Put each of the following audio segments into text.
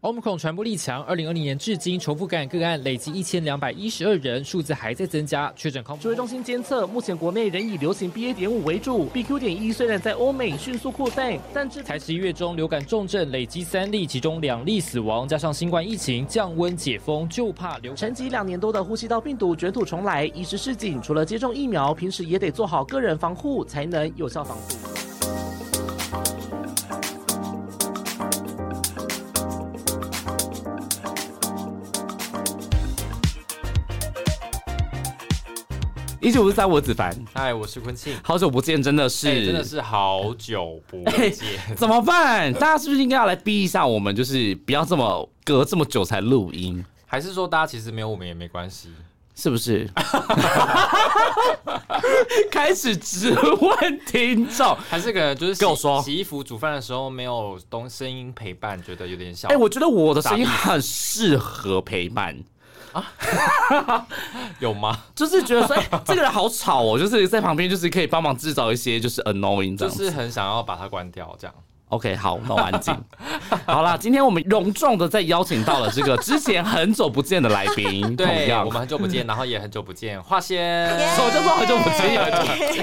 Omicron 传播力强，二零二零年至今重复感染个案累计一千两百一十二人，数字还在增加。确诊康指挥中心监测，目前国内仍以流行 BA. 点五为主，BQ. 点一虽然在欧美迅速扩散，但至才十一月中流感重症累积三例，其中两例死亡，加上新冠疫情降温解封，就怕流沉寂两年多的呼吸道病毒卷土重来，医师示警，除了接种疫苗，平时也得做好个人防护，才能有效防护。一九五三，我子凡， 嗨，我是坤庆，好久不见，真的是，哎真的是好久不见。怎么办？大家是不是应该要来逼一下我们？就是不要这么隔这么久才录音， 还是说大家其实没有我们也没关系？是不是？ 开始质问听众。还是可能就是跟我洗说洗衣服、煮饭的时候没有东声音陪伴，觉得有点小。哎、我觉得我的声音很适合陪伴，有吗？就是觉 得说，哎、这个人好吵哦，就是在旁边，就是可以帮忙制造一些就是 annoying 这就样子。是很想要把它关掉这样。 OK，好，那我安静。好啦，今天我们隆重的再邀请到了这个之前很久不见的来宾，同对，样我们很久不见，然后也很久不见， 华仙，耶什么叫做很久不见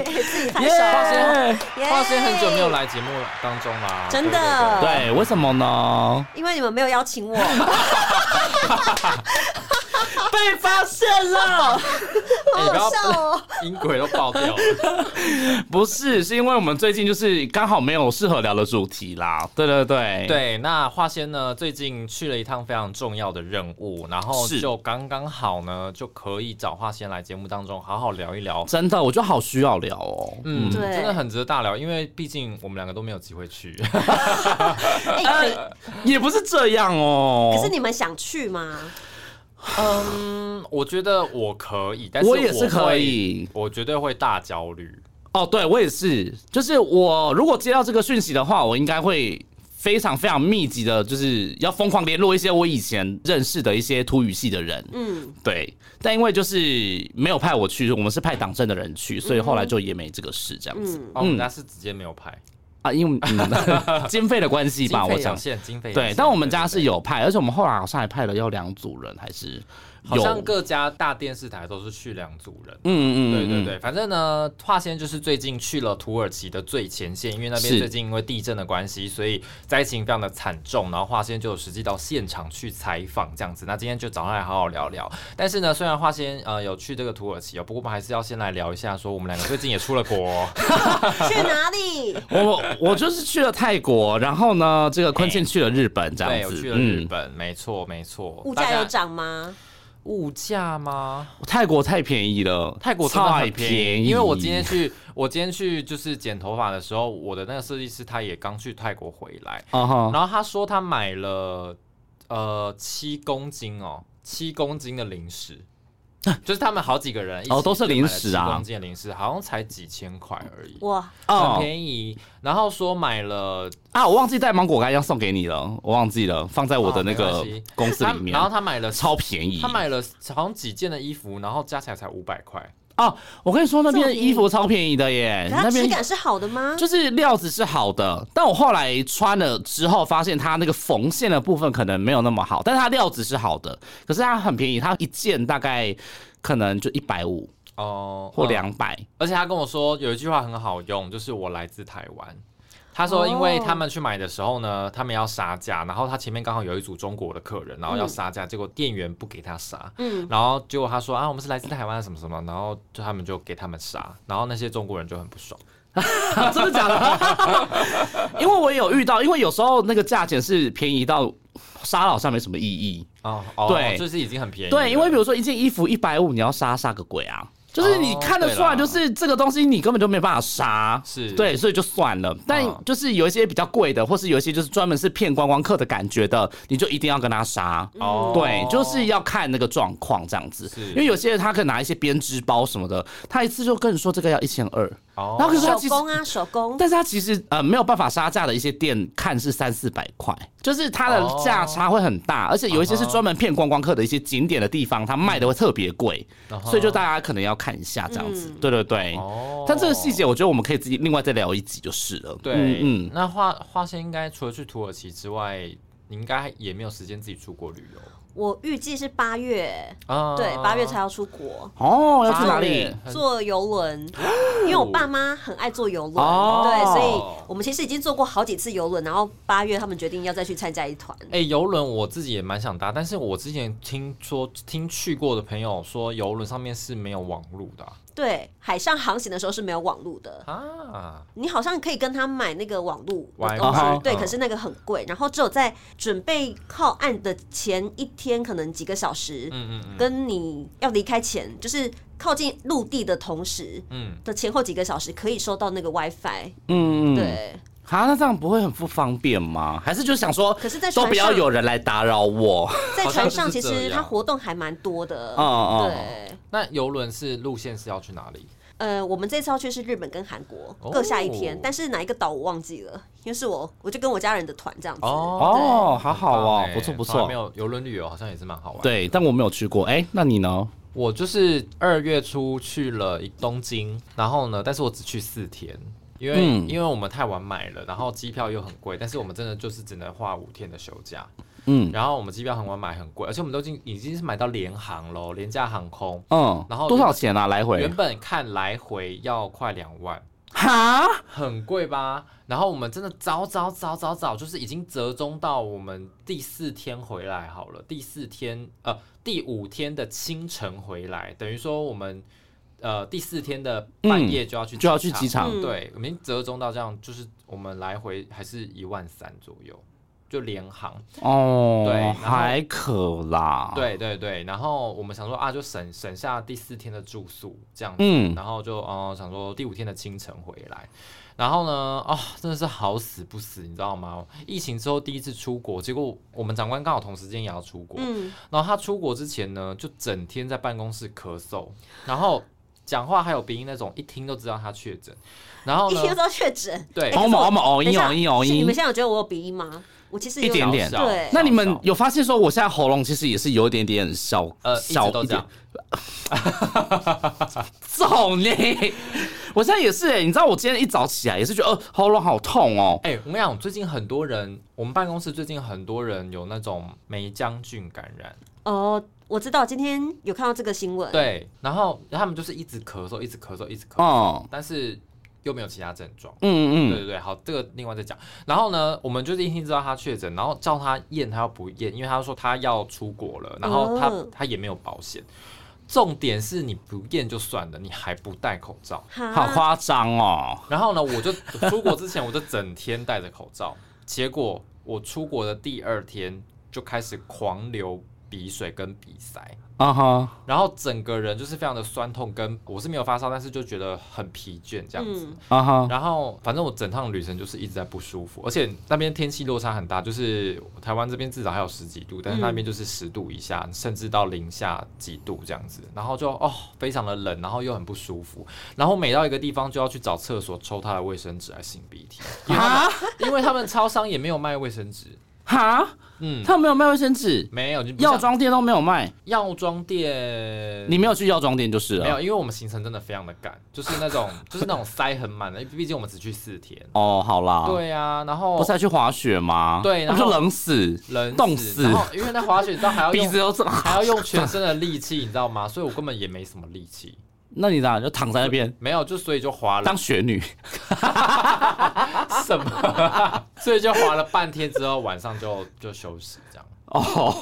自己拍手。华仙，耶华仙很久没有来节目当中啦，真的对对对对，为什么呢？因为你们没有邀请我，被发现了。哎你不好笑哦要音轨都爆掉了。 不是，是因为我们最近就是刚好没有适合聊的主题啦。对对对，对，那华仙呢，最近去了一趟非常重要的任务，然后是就刚刚好呢，就可以找华仙来节目当中好好聊一聊。真的，我觉得好需要聊哦。嗯，嗯，对真的很值得大聊，因为毕竟我们两个都没有机会 去。哎、可也不是这样哦。可是你们想去吗？嗯，我觉得我可以，但是我也是会可以我绝对会大焦虑。哦，对我也是，就是我如果接到这个讯息的话，我应该会。非常非常密集的，就是要疯狂联络一些我以前认识的一些土语系的人，嗯，对。但因为就是没有派我去，我们是派党政的人去，所以后来就也没这个事这样子、 嗯哦，人家是直接没有拍，啊，因为、嗯、 经费的关系吧，经我费有想限，经费有对，限但我们家是，有派，而且我们后来好像还派了要两组人，还是对对对好有，像各家大电视台都是去两组人。嗯对对对，反正呢，华仙就是最近去了土耳其的最前线，因为那边是最近因为地震的关系，所以灾情非常的惨重。然后华仙就有实际到现场去采访这样子。那今天就找他来好好聊聊。但是呢，虽然华仙呃有去这个土耳其哦，不过我们还是要先来聊一下，说我们两个最近也出了国 哦、去哪里？我我就是去了泰国，然后呢，这个坤庆去了日本，这哎对，样我子嗯去，了日，本，没错没错。物大价家有？涨吗？物价吗？泰国太便宜了，泰国真的太很便便宜，因为我今天去，我今天去就是剪头发的时候，我的那个设计师他也刚去泰国回来，啊哈，然后他说他买了呃七公斤哦，七公斤的零食。 就是他们好几个人一起哦都是就买零了食啊七公斤的零食好像才几千块而已，哇，很哦便宜。然后说买了啊，我忘记带芒果干要送给你了，我忘记了放在我的那哦个没关系公司他里，面，然后他买了超便宜他。买了好像几件的衣服，然后加起来才五百块。哦，我跟你说那这边么便宜衣服超便宜的耶，可哎那它质边感是好的吗？就是料子是好的，但我后来穿了之后，发现它那个缝线的部分可能没有那么好，但是它料子是好的，可是它很便宜，它一件大概可能就一百五哦，或嗯两百、而且他跟我说有一句话很好用，就是我来自台湾。他说，因为他们去买的时候呢，哦他们要杀价，然后他前面刚好有一组中国的客人，然后要杀价，结果店员不给他杀，嗯，然后结果他说啊，我们是来自台湾什么什么，然后就他们就给他们杀，然后那些中国人就很不爽。 真的假的？ 因为我也有遇到，因为有时候那个价钱是便宜到杀了好像没什么意义。哦，哦对就是已经很便宜了。对，因为比如说一件衣服一百五，你要杀杀个鬼啊！就是你哦看得出来，对就啦是这个东西你根本就没办法杀，是对，所以就算了。但嗯就是有一些比较贵的，或是有一些就是专门是骗观光客的感觉的，你就一定要跟他杀。哦，对，就是要看那个状况这样子是，因为有些人他可以拿一些编织包什么的，他一次就跟你说这个要一千二，哦然后可是他手其实工啊，手工。但是它其实呃没有办法杀价的一些店，看是三四百块，就是它的哦价差会很大，而且有一些是专门骗观光客的一些景点的地方，它卖的会特别贵，嗯哼所以就大家可能要看一下这样子。对对对，哦但这个细节我觉得我们可以自己另外再聊一集就是了。对，嗯嗯那花花仙应该除了去土耳其之外，你应该也没有时间自己出国旅游我预计是八月，啊对，八月才要出国。哦，要去哪八里月？很坐游轮，因为我爸妈很爱坐游轮，哦对，所以我们其实已经坐过好几次游轮，然后八月他们决定要再去参加一团。哎、游轮我自己也蛮想搭，但是我之前听说听去过的朋友说，游轮上面是没有网路的啊对，海上航行的时候是没有网路的，啊你好像可以跟他买那个网路的 Wi-Fi，东西，对，嗯可是那个很贵，然后只有在准备靠岸的前一天，可能几个小时，嗯嗯嗯跟你要离开前，就是靠近陆地的同时嗯，的前后几个小时，可以收到那个 WiFi，嗯，嗯。对，啊，那这样不会很不方便吗？还是就想说，可是在都船不要上有人来打扰我。在好像船是上这其实它样活动还蛮多的，哦哦对。那游轮是路线是要去哪里？呃，我们这次要去是日本跟韩国哦各下一天，但是哪一个岛我忘记了，因为是我我就跟我家人的团这样子。哦哦，好好哦，不错不错欸没。有游轮旅游好像也是蛮好玩。，对，但我没有去过。哎、那你呢？我就是二月初去了一东京，然后呢，但是我只去四天。因为、嗯因为我们太晚买了，然后机票又很贵，但是我们真的就是只能花五天的休假。嗯然后我们机票很晚买很贵，而且我们都已经已经是买到联航喽，廉价航空。嗯，然后多少钱啊？来回原？本看来回要快两万，哈，很贵吧？然后我们真的早早早早早，就是已经折中到我们第四天回来好了，第四天呃第五天的清晨回来，等于说我们呃第四天的半夜就要去、嗯就要去机。场。嗯对，我们已经折中到这样，就是我们来回还是一万三左右，就联航。哦，对然后还可啦。，对对对，然后我们想说啊，就省省下第四天的住宿这样子，嗯然后就哦、呃想说第五天的清晨回来，然后呢，哦，真的是好死不死，你知道吗？疫情之后第一次出国，结果我们长官刚好同时间也要出国，嗯，然后他出国之前呢，就整天在办公室咳嗽，然后讲话还有鼻音那种，一听就知道他确诊，然后一呢天，都要确诊。对，哦毛哦毛哦等一一下哦一哦是你一们。现在有觉得我有鼻音吗？我其实有一点点小对那你小们小有发现说，我现在喉咙其实也是有一点点小呃一小直都一这点样，肿呢？我现在也是哎，你知道我今天一早起来也是觉得，呃，喉咙好痛哦。哎、我跟你讲，最近很多人，我们办公室最近很多人有那种梅将军感染，哦，我知道今天有看到这个新闻。，对，然后他们就是一直咳嗽，一直咳嗽，一直咳嗽，哦，但是又没有其他症状。嗯对嗯对对，好，这个另外再讲。然后呢，我们就是一听知道他确诊，然后叫他验，他要不验，因为他说他要出国了，然后他、哦他也没有保险。重点是你不验就算了，你还不戴口罩。哈嗯，好夸张哦。然后呢，我就出国之前我就整天戴着口罩，结果我出国的第二天就开始狂流鼻水跟鼻塞，啊哈，然后整个人就是非常的酸痛跟，我是没有发烧，但是就觉得很疲倦这样子。嗯啊哈，然后反正我整趟旅程就是一直在不舒服，而且那边天气落差很大，就是台湾这边至少还有十几度，但是那嗯边就是十度以下，甚至到零下几度这样子，然后就哦非常的冷，然后又很不舒服，然后每到一个地方就要去找厕所抽他的卫生纸来擤鼻涕，因为他哈们因为他们超商也没有卖卫生纸，哈，嗯，他们没有卖卫生纸，没有，就不像药妆店都没有卖，药妆店你没有去药妆店就是了。没有，因为我们行程真的非常的赶，就是那种就是那种塞很满的，毕竟我们只去四天。 哦，好啦，，对啊，然后不是还去滑雪吗？对那然不后就冷死，人冻死然，后因为那滑雪，你知道还要鼻用子都这么。还要用全身的力气，你知道吗？所以我根本也没什么力气，那你咋就躺在那边没有，就所以就滑了当雪女？什么， 所以就滑了半天之后，晚上就就休息这样，哦，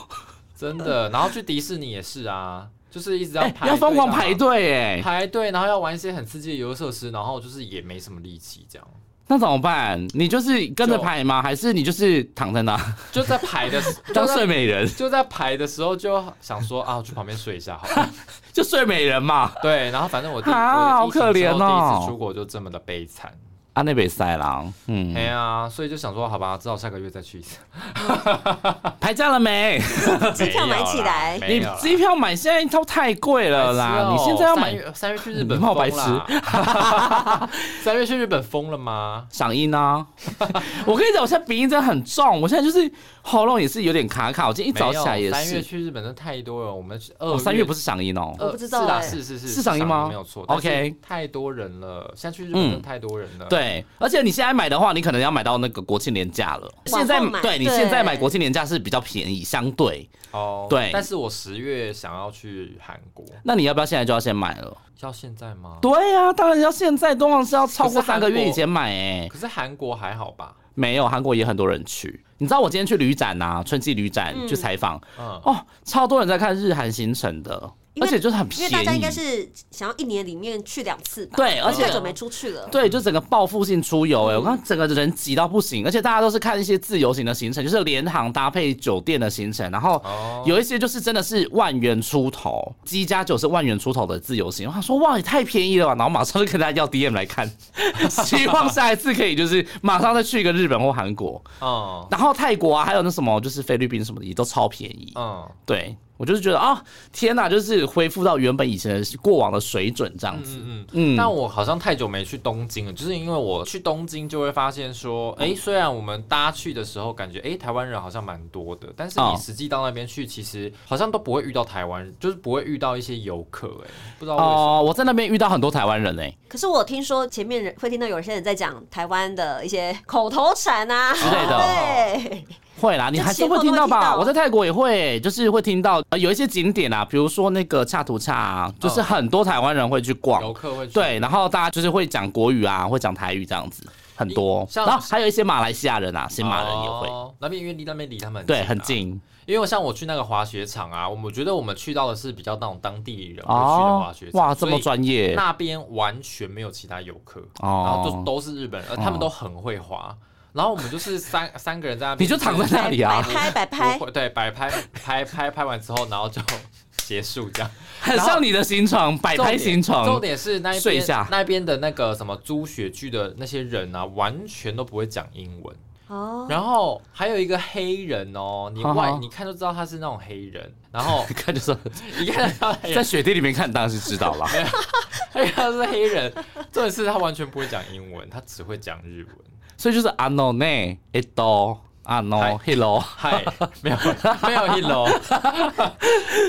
真的。然后去迪士尼也是啊，就是一直要哎排、要疯狂排，队哎，排队，然后要玩一些很刺激的游乐设施，然后就是也没什么力气这样。那怎么办？你就是跟着排吗？还是你就是躺在那就在排 的时当就在睡美人？就在排的时候就想说啊，我去旁边睡一下好了。就睡美人嘛，对，然后反正我第、啊我疫情好可怜之后第一哦次出国就这么的悲惨。啊，那北塞狼，嗯哎，呀，所以就想说，好吧，只好下个月再去一 次。排价了没？机票买起来啊没你有啦机票买现在都太贵了白痴啦，哦你现在要买三月三月去日本你冒疯白啦 三月去日本疯了吗？嗓音啊！ 我跟你讲，我现在鼻音真的很重，我现在就是喉咙也是有点卡卡。我今天一早起来没也有三月是，去日本真的太多了，我们是二哦，三月不是。是嗓音哦，呃我不知道是啦，欸是是是，是赏樱吗没有错。 OK 嗯但是太多人了，现在去日本真的太多人了。，对，对，而且你现在买的话，你可能要买到那个国庆年假了。往现后在买对你对现在买国庆年假是比较便宜，相对。哦，对但是我十月想要去韩国，那你要不要现在就要先买了？要现在吗？对啊，当然要现在，通常是要超过可是韩三国个月以前买哎、可是韩国还好吧？没有，韩国也很多人去。你知道我今天去旅展呐、春季旅展、嗯去采访，嗯，哦，超多人在看日韩行程的，因而为且就是很因便为宜。大家应该是想要一年里面去两次吧，对而因为太且久没出去了，对，就整个报复性出游哎、我看整个人挤到不行，而且大家都是看一些自由行的行程，就是联航搭配酒店的行程，然后哦有一些就是真的是万元出头，机加酒是万元出头的自由行。我想说哇，也太便宜了吧！然后马上就跟他要 DM 来看，希望下一次可以就是马上再去一个日本或韩国，嗯然后泰国啊，还有那什么就是菲律宾什么的也都超便宜。嗯，对我就是觉得啊、天哪，就是恢复到原本以前的过往的水准这样子。嗯嗯嗯，但我好像太久没去东京了，就是因为我去东京就会发现说，哦哎、虽然我们大家去的时候感觉，哎、台湾人好像蛮多的，但是你哦实际到那边去，其实好像都不会遇到台湾人，就是不会遇到一些游客、哎，不知道为什么。哦、我在那边遇到很多台湾人哎、可是我听说前面人会听到有些人在讲台湾的一些口头禅啊之类的对，会啦，你还是会听到前后都会听啊吧？到我在泰国也会，就是会听到、呃有一些景点啊，比如说那个恰图恰、啊，哦就是很多台湾人会去逛，游客会去对，然后大家就是会讲国语啊，会讲台语这样子，很多。像然后还有一些马来西亚人啊，新马人也会，哦那边因为离那边离他们对，很啊。近。因为像我去那个滑雪场啊，我们觉得我们去到的是比较那种当地人会去的滑哦雪，场，哇，这所么以专业那边完全没有其他游客，哦然后就都是日本人，而呃他们都很会滑。然后我们就是三 三个人在那边，你就躺在那里啊摆拍摆不拍，会对摆拍拍拍拍完之后，然后就结束 这样。很像你的行程，摆重拍点行重程。点是那一睡一边下那边的那个什么租雪具的那些人啊，完全都不会讲英文。哦，然后还有一个黑人哦，你好外好你看就知道他是那种黑人，然 后看就是一看就知道黑人 在雪地里面看，当然是知道啦。因为他是黑人，重点是他完全不会讲英文，他只会讲日文。所以就是 I know ne it do I know 嗨 hello。嗨，没有没有 hello，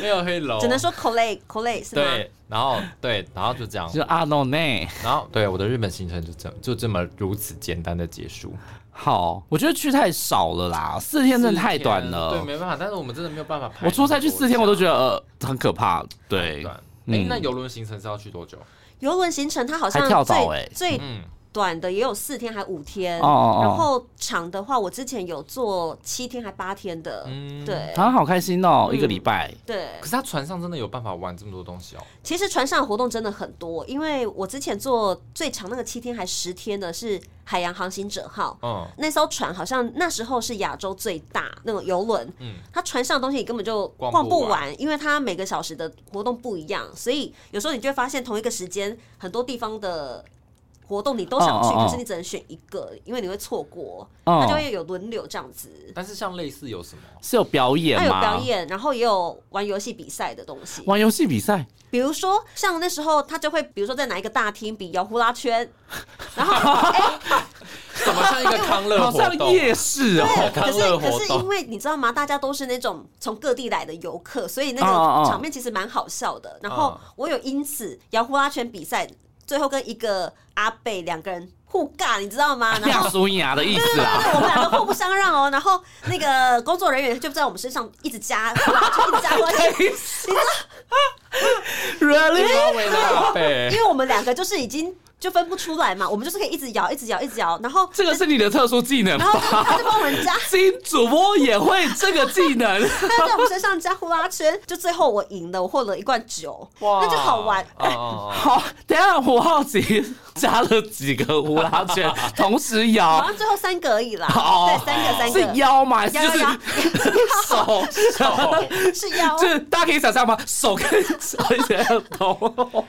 没有 hello，只能说 collate collate 是吗？对，然后对，然后就这样就，是 I know ne。然后对我的日本行程就这就这么如此简单的结束，好，我觉得去太少了啦，四天真的太短对，了。没办法，但是我们真的没有办法排。我出差去四天，我都觉得呃很可怕。太对，短。哎嗯，那游轮行程是要去多久？游轮行程它好像还跳最岛欸最嗯，短的也有四天还五天，哦哦哦然后长的话，我之前有做七天还八天的，嗯对啊，好开心哦，嗯一个礼拜。对可。是他船上真的有办法玩这么多东西哦。其实船上活动真的很多，因为我之前做最长那个七天还十天的是海洋航行者号。嗯，那艘船好像那时候是亚洲最大那种游轮，嗯它船上的东西你根本就逛逛不不完，因为它每个小时的活动不一样，所以有时候你就会发现同一个时间很多地方的活动你都想去，哦哦哦可是你只能选一个，因为你会错过，它就嗯，会有轮流这样子。但是像类似有什 么？是有表演它有吗？表演，然后也有玩游戏比赛的东西，玩游戏比赛，比如说像那时候他就会，比如说在哪一个大厅比摇呼啦圈，然后哎、怎么像一个康乐好活像动？夜市哦。对可 康是乐可活是动因为你知道吗？大家都是那种从各地来的游客，所以那哦哦个哦场面其实蛮好笑的。然后嗯我有因此摇呼啦圈比赛，最后跟一个阿贝两个人互尬，你知道吗？然亚后。苏牙的意思 啊。对，我们两个互不相让哦。然后那个工作人员就在我们身上一直加呼啦圈，一直加呼啦圈， Really？稍微的 阿因贝，为我们两个就是已经就分不出来嘛，我们就是可以一直摇，一直摇，一直摇。然后这个是你的特殊技能然后吧？他就帮我们加， 新主播也会这个技能，他就在我们身上加呼啦圈，就最后我赢了，我获得一罐酒，哇那就好玩。哦哦哦好，等一下我好奇加了几个呼啦 圈，同时好摇像最后三个而已啦，哦对，三个三是 个，腰吗？还是腰就是腰手哦手， 是哦腰就，是大家可以想象吗？手跟手一直在动，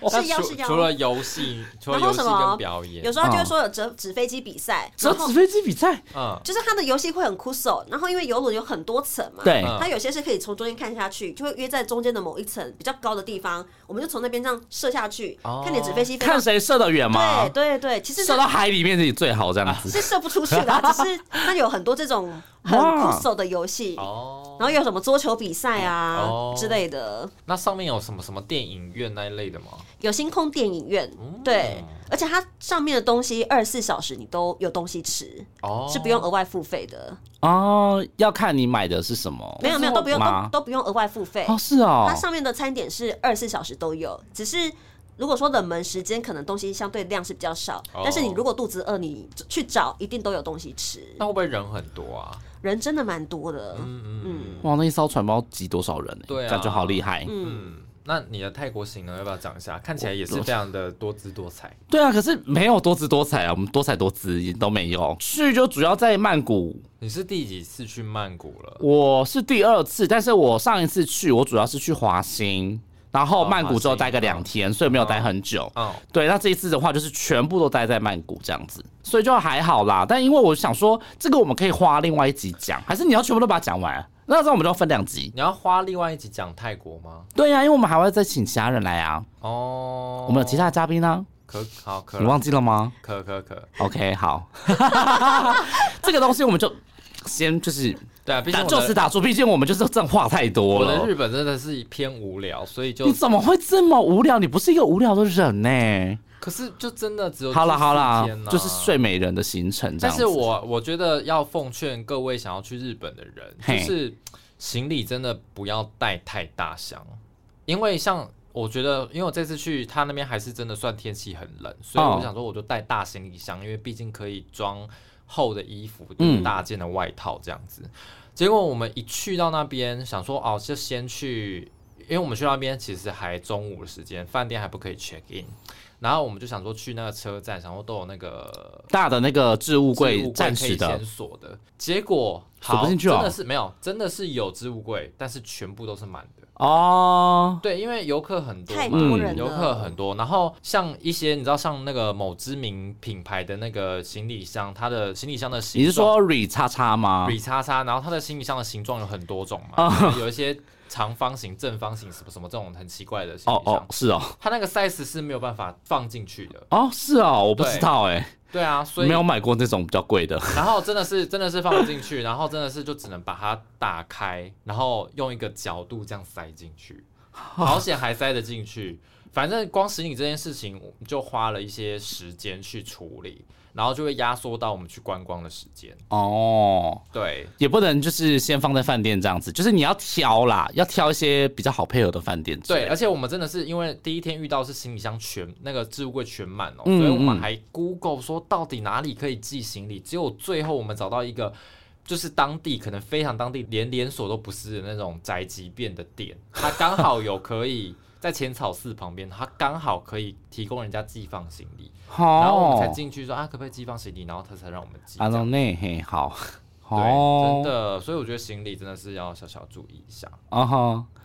是那腰哦除是腰。除了游戏，除了然后游戏什么跟表演有，时候就会说有折纸飞机比赛， 手然后指飞机比赛，嗯，就是它的游戏会很酷手，然后因为游轮有很多层嘛，对它有些是可以从中间看下去，就会约在中间的某一层比较高的地方，我们就从那边这样射下去，哦看你纸飞机飞到看谁射得远吗？对对对，其实射到海里面自己最好这样子。啊是射不出去啦，只是它有很多这种很哇酷手的游戏，哦，然后又有什么桌球比赛啊、哦之类的，那上面有什么什么电影院那一类的吗？有星空电影院，对，而且它上面的东西二十四小时你都有东西吃，哦，是不用额外付费的，哦，要看你买的是什么。没有没有都不用哦吗都都不用额外付费，哦，是哦它，上面的餐点是二十四小时都有，只是如果说冷门时间，可能东西相对量是比较少，哦但是你如果肚子饿，你去找一定都有东西吃，那会不会人很多啊？人真的蛮多的，哦嗯嗯嗯，哇，那一艘船包挤多少人呢？欸对啊感觉好厉害。嗯。那你的泰国行呢？要不要讲一下？看起来也是非常的多姿多彩。对啊，可是没有多姿多彩啊，我们多彩多姿也都没有。去就主要在曼谷，你是第几次去曼谷了？我是第二次，但是我上一次去我主要是去华兴，然后哦曼谷只有华兴待个两天，所以没有待很久。哦，对，那这一次的话就是全部都待在曼谷这样子，所以就还好啦。但因为我想说，这个我们可以花另外一集讲，还是你要全部都把它讲完？那这样我们就要分两集。你要花另外一集讲泰国吗？对呀、因为我们还会再请其他人来啊，哦，我们有其他的嘉宾呢、可好可你忘记了吗可可可， ？OK，好， 这个东西我们就先就是对啊，毕竟打我就的此打住，毕竟我们就是这话太多我的了日。本真的是偏无聊，所以就你怎么会这么无聊？你不是一个无聊的人呢、可是就真的只有好啦这四好啦天，啊就是睡美人的行程这但样子。是我我觉得要奉劝各位想要去日本的人，就嘿是行李真的不要带太大箱，因为像我觉得，因为我这次去他那边还是真的算天气很冷，所以哦我想说我就带大行李箱，因为毕竟可以装厚的衣服、嗯大件的外套这样子。结果我们一去到那边，想说哦，就先去，因为我们去那边其实还中午的时间，饭店还不可以 check in。然后我们就想说去那个车站，想说都有那个大的那个置物置柜物暂可以时的先锁的，结果锁不好进去哦真的是没有，真的是有置物柜，但是全部都是满的。哦，对，因为游客很多太嘛，嗯多人了，游客很多，然后像一些你知道，像那个某知名品牌的那个行李箱，它的行李箱的形你是状说 re 叉叉吗？比叉叉，然后它的行李箱的形状有很多种嘛，哦有一些长方形、正方形什么什么这种很奇怪的行哦李箱，哦，是哦，它那个 size 是没有办法放进去的。哦是哦，我不知道哎，对啊，所以没有买过那种比较 贵的。然后真的是真的是放不进去，然后真的是就只能把它打开，然后用一个角度这样塞进去，好险还塞得进去。反正光行李这件事情，我们就花了一些时间去处理，然后就会压缩到我们去观光的时间。哦，对，也不能就是先放在饭店这样子，就是你要挑啦，要挑一些比较好配合的饭店之类对，的。而且我们真的是因为第一天遇到是行李箱全那个置物柜全满哦、嗯所以我们嗯还 Google 说到底哪里可以寄行李，结果最后我们找到一个。就是当地可能非常当地，连连锁都不是的那种宅急便的 店，它刚好有可以在浅草寺旁边，它刚好可以提供人家寄放行李，然后我们才哦，进去说啊，可不可以寄放行李，然后他才让我们寄。阿这样龙内啊嘿好，对，真哦，的，所以我觉得行李真的是要小小注意一下。啊哈，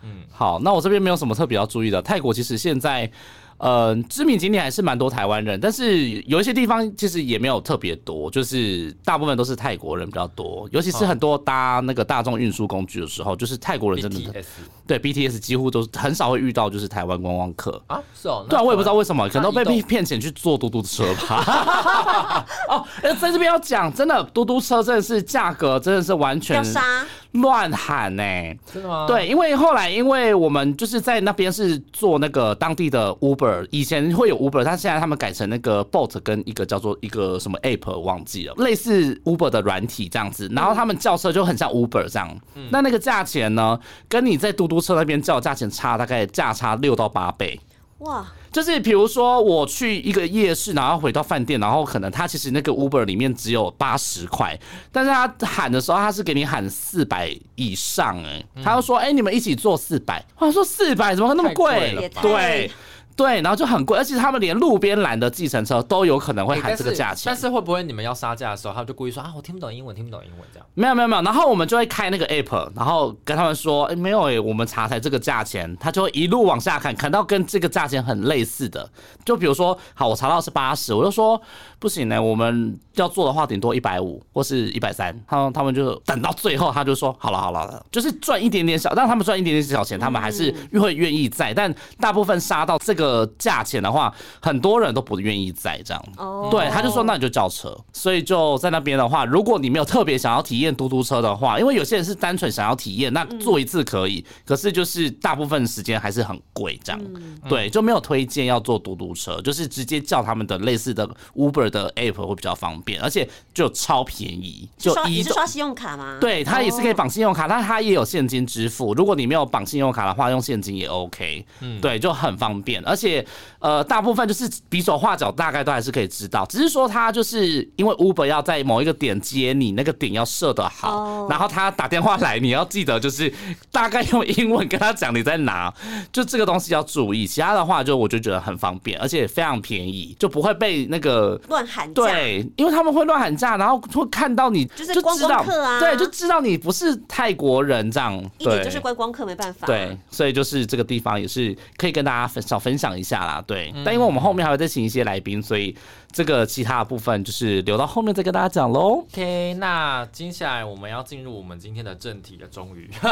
嗯嗯，好，那我这边没有什么特别要注意的。泰国其实现在，呃，知名景点还是蛮多台湾人，但是有一些地方其实也没有特别多，就是大部分都是泰国人比较多，尤其是很多搭那个大众运输工具的时候，就是泰国人真的 BTS 对 BTS 几乎都是很少会遇到，就是台湾观光客。啊，是哦，那对啊，我也不知道为什么，可能都那移被动骗骗钱去坐嘟嘟车吧。 哦，呃在这边要讲，真的嘟嘟车真的是价格真的是完全要杀，乱喊欸呢、真的吗？对，因啊为后来因为我们就是在那边是做那个当地的 Uber，以前会有 Uber，但现在他们改成那个 Bolt 跟一个叫做一个什么 App 我忘记了，类似 Uber 的软体这样子。然后他们叫车就很像 Uber 这样，那那个价钱呢，跟你在嘟嘟车那边叫的价钱差大概价差六到八倍。哇，就是比如说我去一个夜市，然后回到饭店，然后可能他其实那个 Uber 里面只有八十块，但是他喊的时候他是给你喊四百以上、哎、他就说，哎、你们一起做四百，我说四百怎么会那么太贵？贵了吧也对。对，然后就很贵，而且他们连路边拦的计程车都有可能会欸喊这个价钱。但是。但是会不会你们要杀价的时候，他就故意说啊，我听不懂英文，听不懂英文这样？没有没有没有，然后我们就会开那个 app，然后跟他们说，哎，没有哎，我们查才这个价钱，他就会一路往下看，看到跟这个价钱很类似的，就比如说，好，我查到是八十，我就说不行呢，我们要做的话顶多一百五或是一百三，他们他们就等到最后，他就说好了好了好了，就是赚一点点小，让他们赚一点点小钱，他们还是会愿意在，但大部分杀到这个个价钱的话，很多人都不愿意载这样。哦对，他就说那你就叫车，所以就在那边的话，如果你没有特别想要体验嘟嘟车的话，因为有些人是单纯想要体验，那做一次可以，可是就是大部分时间还是很贵这样，嗯对，就没有推荐要坐嘟嘟车，就是直接叫他们的类似的 Uber 的 app 会比较方便，而且就超便宜，就刷一你是刷信用卡吗？对，它也是可以哦绑信用卡，但它也有现金支付。如果你没有绑信用卡的话，用现金也 OK。对，就很方便，而且呃，大部分就是比手画脚，大概都还是可以知道。只是说它就是因为 Uber 要在某一个点接你，那个点要设得好，哦然后他打电话来，你要记得就是大概用英文跟他讲你在哪，就这个东西要注意。其他的话，就我就觉得很方便，而且非常便宜，就不会被那个。乱喊价。对，因为他们会乱喊价，然后会看到你，就知是道观光客啊对，就知道你不是泰国人这样，一对，点就是观光客没办法。对，，所以就是这个地方也是可以跟大家分少分享一下啦，对。嗯但因为我们后面还会再请一些来宾，所以这个其他的部分就是留到后面再跟大家讲喽。 OK，那接下来我们要进入我们今天的正题了，终于。不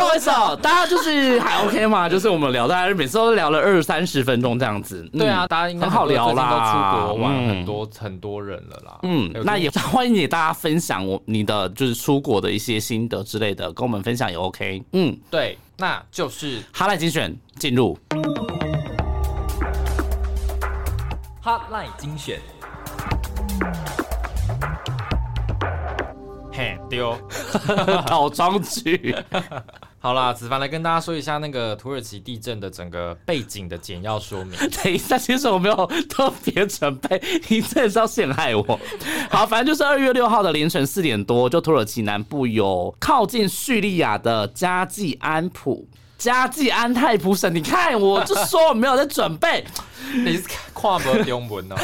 好意思哦，大家就是还 OK 嘛，就是我们聊，大家每次都聊了二三十分钟这样子。嗯 对啊，，大家应该很好很多聊最近啦都出国玩嗯很多、很多人了啦。嗯有，那听也欢迎你大家分享我你的就是出国的一些心得之类的，跟我们分享也 OK。嗯，对，那就是哈赖精选进入。 Hotline 精选。嘿丢。倒装句，好啦，子凡来跟大家说一下那个土耳其地震的整个背景的简要说 明。等一下，其实我没有特别准备，你真的是要陷害我。好，反正就是二月六号的凌晨四点多，就土耳其南部有靠近叙利亚的加济安普。加济安泰普省，你看，我就说我没有在准备， 你是跨博中文哦，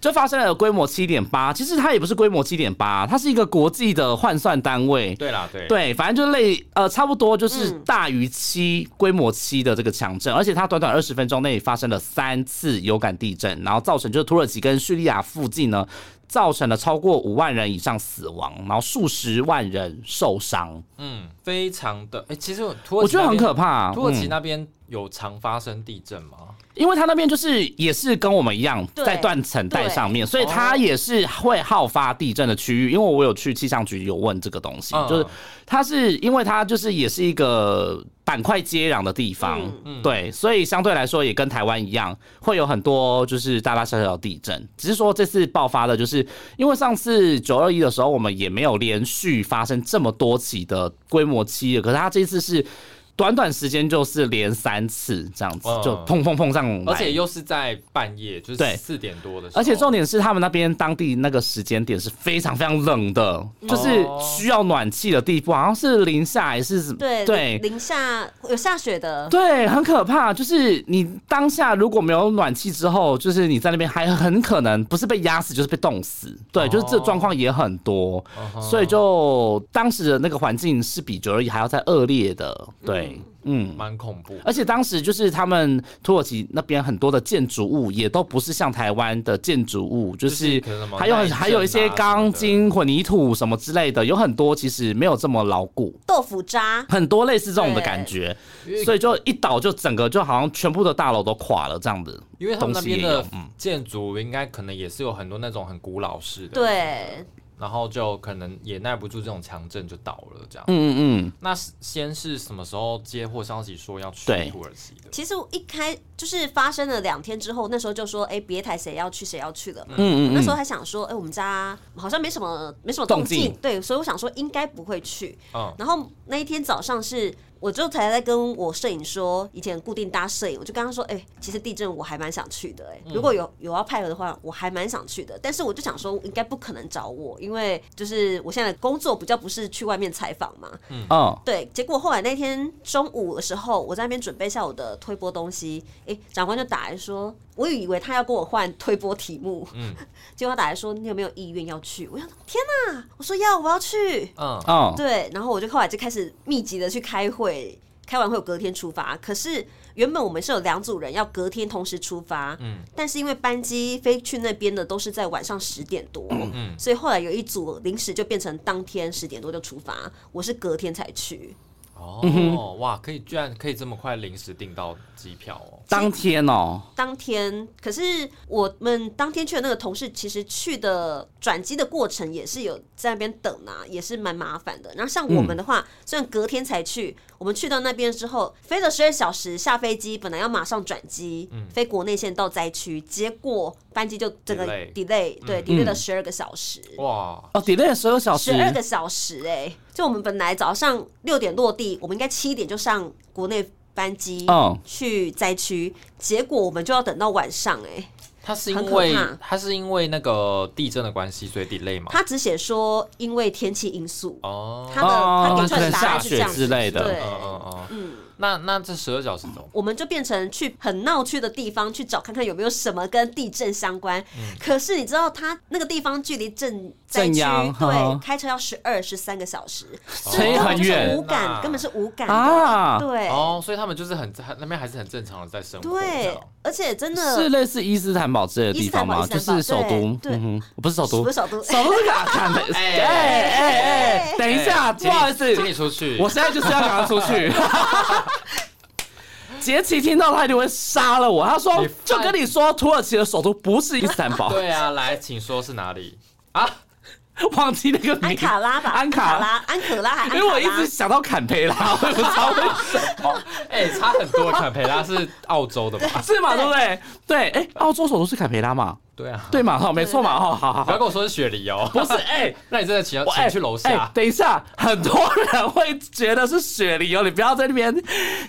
就发生了规模七点八。其实它也不是规模七点八，它是一个国际的换算单位。对啦，对，对，反正就类呃，差不多就是嗯大于七、规模七的这个强震，而且它短短二十分钟内发生了三次有感地震，然后造成就是土耳其跟叙利亚附近呢，造成了超过五万人以上死亡，然后数十万人受伤，嗯，非常的，哎、其实土耳我其觉得那很边可怕。土耳其嗯那边有常发生地震吗？因为它那边就是也是跟我们一样对在断层带上面，所以它也是会好发地震的区域。因为我有去气象局有问这个东西，嗯就是它是因为它就是也是一个板块接壤的地方，对，所以相对来说也跟台湾一样，会有很多就是大大小小的地震。只是说这次爆发的，就是因为上次九二一的时候，我们也没有连续发生这么多起的规模七的，可是它这次是。短短时间就是连三次这样子，嗯就砰砰砰上来，而且又是在半夜，就对是四点多的时候，而且重点是，他们那边当地那个时间点是非常非常冷的，就是需要暖气的地步，好像是零下还是什么？对对零下有下雪的，对，很可怕。就是你当下如果没有暖气之后，就是你在那边还很可能不是被压死，就是被冻死。对，就是这状况也很多，所以就当时的那个环境是比九二一还要再恶劣的。对，嗯蛮恐怖。而且当时就是他们土耳其那边很多的建筑物也都不是像台湾的建筑物，就就是是可能什么还有耐震啊还有一些钢筋、混凝土什么之类的，有很多其实没有这么牢固，豆腐渣。很多类似这种的感觉，所以就一倒就整个就好像全部的大楼都垮了这样子。因为他们那边东西也的有嗯建筑应该可能也是有很多那种很古老式的，，对，然后就可能也耐不住这种强震就倒了这样。嗯嗯嗯，那是先是什么时候接获消息说要去对土耳其的？其实我一开就是发生了两天之后，那时候就说，哎、别台谁要去谁要去了嘛。嗯嗯嗯那时候还想说，哎、我们家好像没什么没什么动动静静，哦对，所以我想说应该不会去。嗯，然后那一天早上是，我就才在跟我摄影说，以前固定搭摄影，我就跟他说，哎、其实地震我还蛮想去的、嗯哎、如果有有要派合的话，我还蛮想去的。但是我就想说，应该不可能找我，因为就是我现在的工作比较不是去外面采访嘛。哦，对，结果后来那天中午的时候，我在那边准备一下我的推播东西，哎、长官就打来说，我以为他要跟我换推播题目，嗯， 结果他打来说，你有没有意愿要去？我想，天哪、我说要，我要去。嗯，哦，对，然后我就后来就开始密集的去开会，开完会我隔天出发。可是原本我们是有两组人要隔天同时出发，嗯，但是因为班机飞去那边的都是在晚上十点多，嗯，所以后来有一组临时就变成当天十点多就出发，我是隔天才去。嗯哦，哇，可以居然可以这么快临时订到机票哦。当天哦，当天，可是我们当天去的那个同事，其实去的转机的过程也是有在那边等啊，也是蛮麻烦的。然后像我们的话，虽然隔天才去，我们去到那边之后，飞了十二小时，下飞机本来要马上转机，飞国内线到灾区，结果嗯班机就整个 Delay delay，对，delay 了十二个小时。哇，哦，delay 十二小十时，二个小时哎、就我们本来早上六点落地，我们应该七点就上国内班机嗯去灾区，结果我们就要等到晚上哎、他是很因可为怕他是因为那个地震的关系，所以 delay 嘛。他只写说因为天气因素，哦，他的他哦给出可来能的答案下是这样雪子之类的哦对，嗯嗯嗯，那那这十二小时怎么？我们就变成去很闹区的地方去找看看有没有什么跟地震相关。可是你知道，它那个地方距离震嗯灾正区央对嗯开车要十二十三个小时，所以很根本就是远无感，根本是无感的啊对。哦，所以他们就是很很那边还是很正常的在生活。这对样，而且真的是类似伊斯坦堡之类的地方吗？伊斯就坦是堡首都，对对嗯哼，不是首都不是，首都，首都是卡坎的。哎哎哎哎，等一下，不请你好意思，请你出去。我现在就是要赶他出去。 杰奇听到他一定会杀了我，他说你：“就跟你说，土耳其的首都不是伊斯坦 堡， 对啊，来，请说是哪 里啊？忘记那个名安 卡拉吧，安卡卡拉，安可拉还安因卡为我一拉直想到坎培拉， 我也不知道为什么，哦，哎，差很多。坎培拉是澳洲的吧？是嘛？对不对？对，哎，澳洲首都是坎培拉嘛？对啊，对嘛？哈，没错嘛？哦，好好不要好，跟我说是雪梨哦。 不是，哎，那你真的请我请去楼下哎。等一下，很多人会觉得是雪梨哦，你不要在那边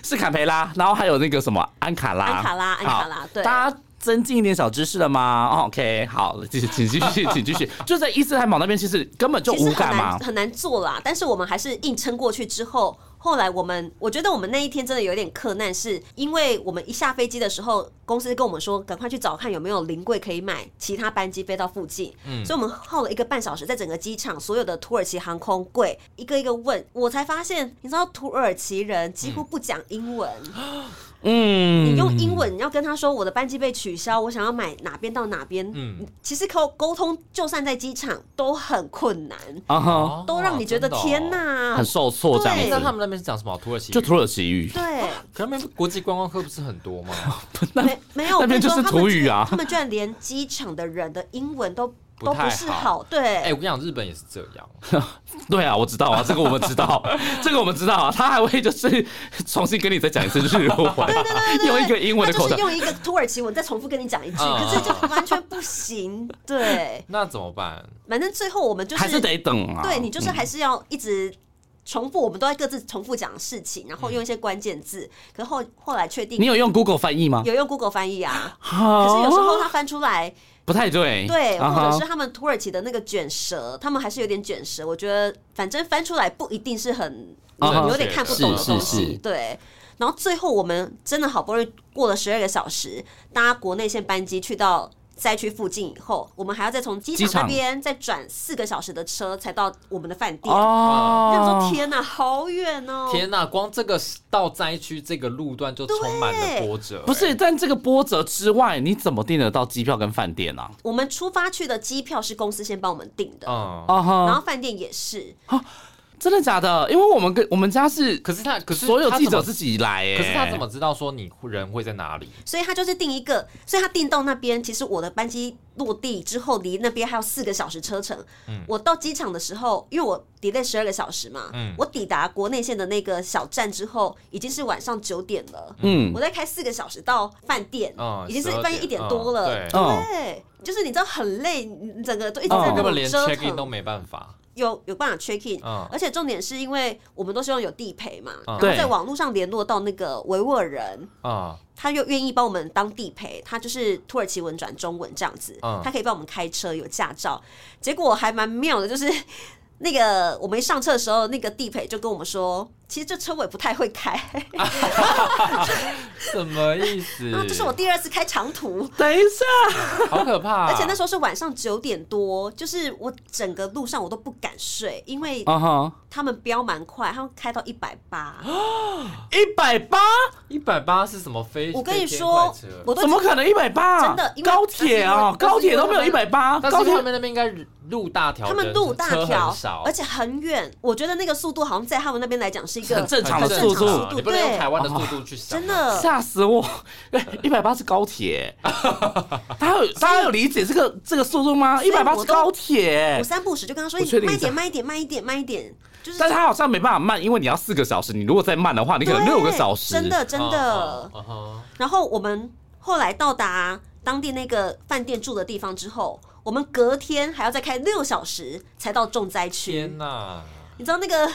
是坎培拉，然后还有那个什么安卡拉，安卡拉安卡拉好对大家。增进一点小知识了吗哦？OK，好，继续，请继续，请继续。 就在伊斯坦堡那边，其实根本就其实无很感嘛难。很难做啦。但是我们还是硬撑过去之后，后来我们我觉得我们那一天真的有点克难，是因为我们一下飞机的时候，公司跟我们说赶快去找看有没有临柜可以买其他班机飞到附近，嗯所以我们耗了一个半小时，在整个机场所有的土耳其航空柜一个一个问，我才发现，你知道土耳其人几乎不讲英文。嗯你用英文你要跟他说我的班机被取消，我想要买哪边到哪边。嗯其实沟沟通，就算在机场都很困难，啊哈，哦都让你觉得天！哪很。受挫这真的哦那样他们子。那边是讲什么？土耳其语就土耳其语，对，可能那边国际观光客不是很多吗？没没 有那边就是土语啊 我跟你说他们居然他们居然连机场的人的英文都不都太不是好好， 对，哎，我跟你讲，日本也是这样。对啊，我知道啊，这个我们知 道，这个我们知道啊。他还会就是重新跟你再讲一次日文，用一个英文的他口就是头用一个土耳其文再重复跟你讲一句，嗯可是就完全不 行。对，那怎么办？反正最后我们就是还是得等啊。对你就是还是要一直重复，我们都在各自重复讲事情，然后用一些关键字。可后后来确你哦定有用 Google 翻译吗？有用 Google 翻译啊，可可是有时候它翻出来，不太对，对，啊哈或者是他们土耳其的那个卷舌，他们还是有点卷舌。我觉得反正翻出来不一定是很啊哈你有点看不懂的东是是西是，对。然后最后我们真的好不容易过了十二个小时，搭国内线班机去到灾区附近以后，我们还要再从机机场场那边再转四个小时的车才到我们的饭店。哦，想说天哪，好远哦！天呐，光这个到灾区这个路段就充满了波折。不是，但这个波折之外，你怎么订得到机票跟饭店啊？我们出发去的机票是公司先帮我们订的，嗯，啊然后哈，饭店也是，真的假的？因为我们跟我们家是，可是他，可是所有他记怎者么自己来、欸，可是他怎么？知道说你人会在哪里？所以他就是订一个，所以他订到那边，其实我的班机落地之后，离那边还有四个小时车程。我到机场的时候，因为我 delay 十二个小时嘛，嗯我抵达国内线的那个小站之后，已经是晚上九点了。嗯我，再开四个小时到饭店，嗯已经是12半夜一点多了。点哦嗯对，就是你知道很累，你整个都一直哦在那根本种连折 check in 都腾，没办法。有有办法 check in，、嗯而且重点是因为我们都希望有地陪嘛，嗯然后对在网络上联络到那个维吾尔人，啊，他又愿意帮我们当地陪，他就是土耳其文转中文这样子，嗯他可以帮我们开车，有驾照。结果还蛮妙的，就是 那个我们一上车的时候，那个地陪就跟我们说，其实这车我也不太会开，什么意 思？然后这啊是我第二次开长途，欸等一下，好可怕。 而且那时候是晚上九点多，就是我整个路上我都不敢睡，因为啊哈，他们飙蛮快，他们开到一百八，一百八，一百八是什么飞？我跟你飞天快说车，我都怎么可能一百八？真的因为高铁啊，但高是因铁为都没有一百八，但是高铁他们那边应该路大条，他们路大人车条很少，而且很远，我觉得那个速度好像在他们那边来讲是一个很正常的很正速度常的你速不度，能用对哦台，湾的速度去想。真的。吓死 我！哎一百八是高铁，大家有大家有理解这个这个速度吗？所一以百八我是都高铁我，三不五时就跟他说哎哎我确：“定慢一这点，样慢一点，慢一点，慢一点。”就是但是它好像没办法慢，因为你要四个小时，你如果再慢的话，你可能对六个小时。哦真的真的。嗯，嗯嗯然后我们后来到达当地那个饭店住的地方之后，我们隔天还要再开六小时才到重灾区天。哪！你知道那个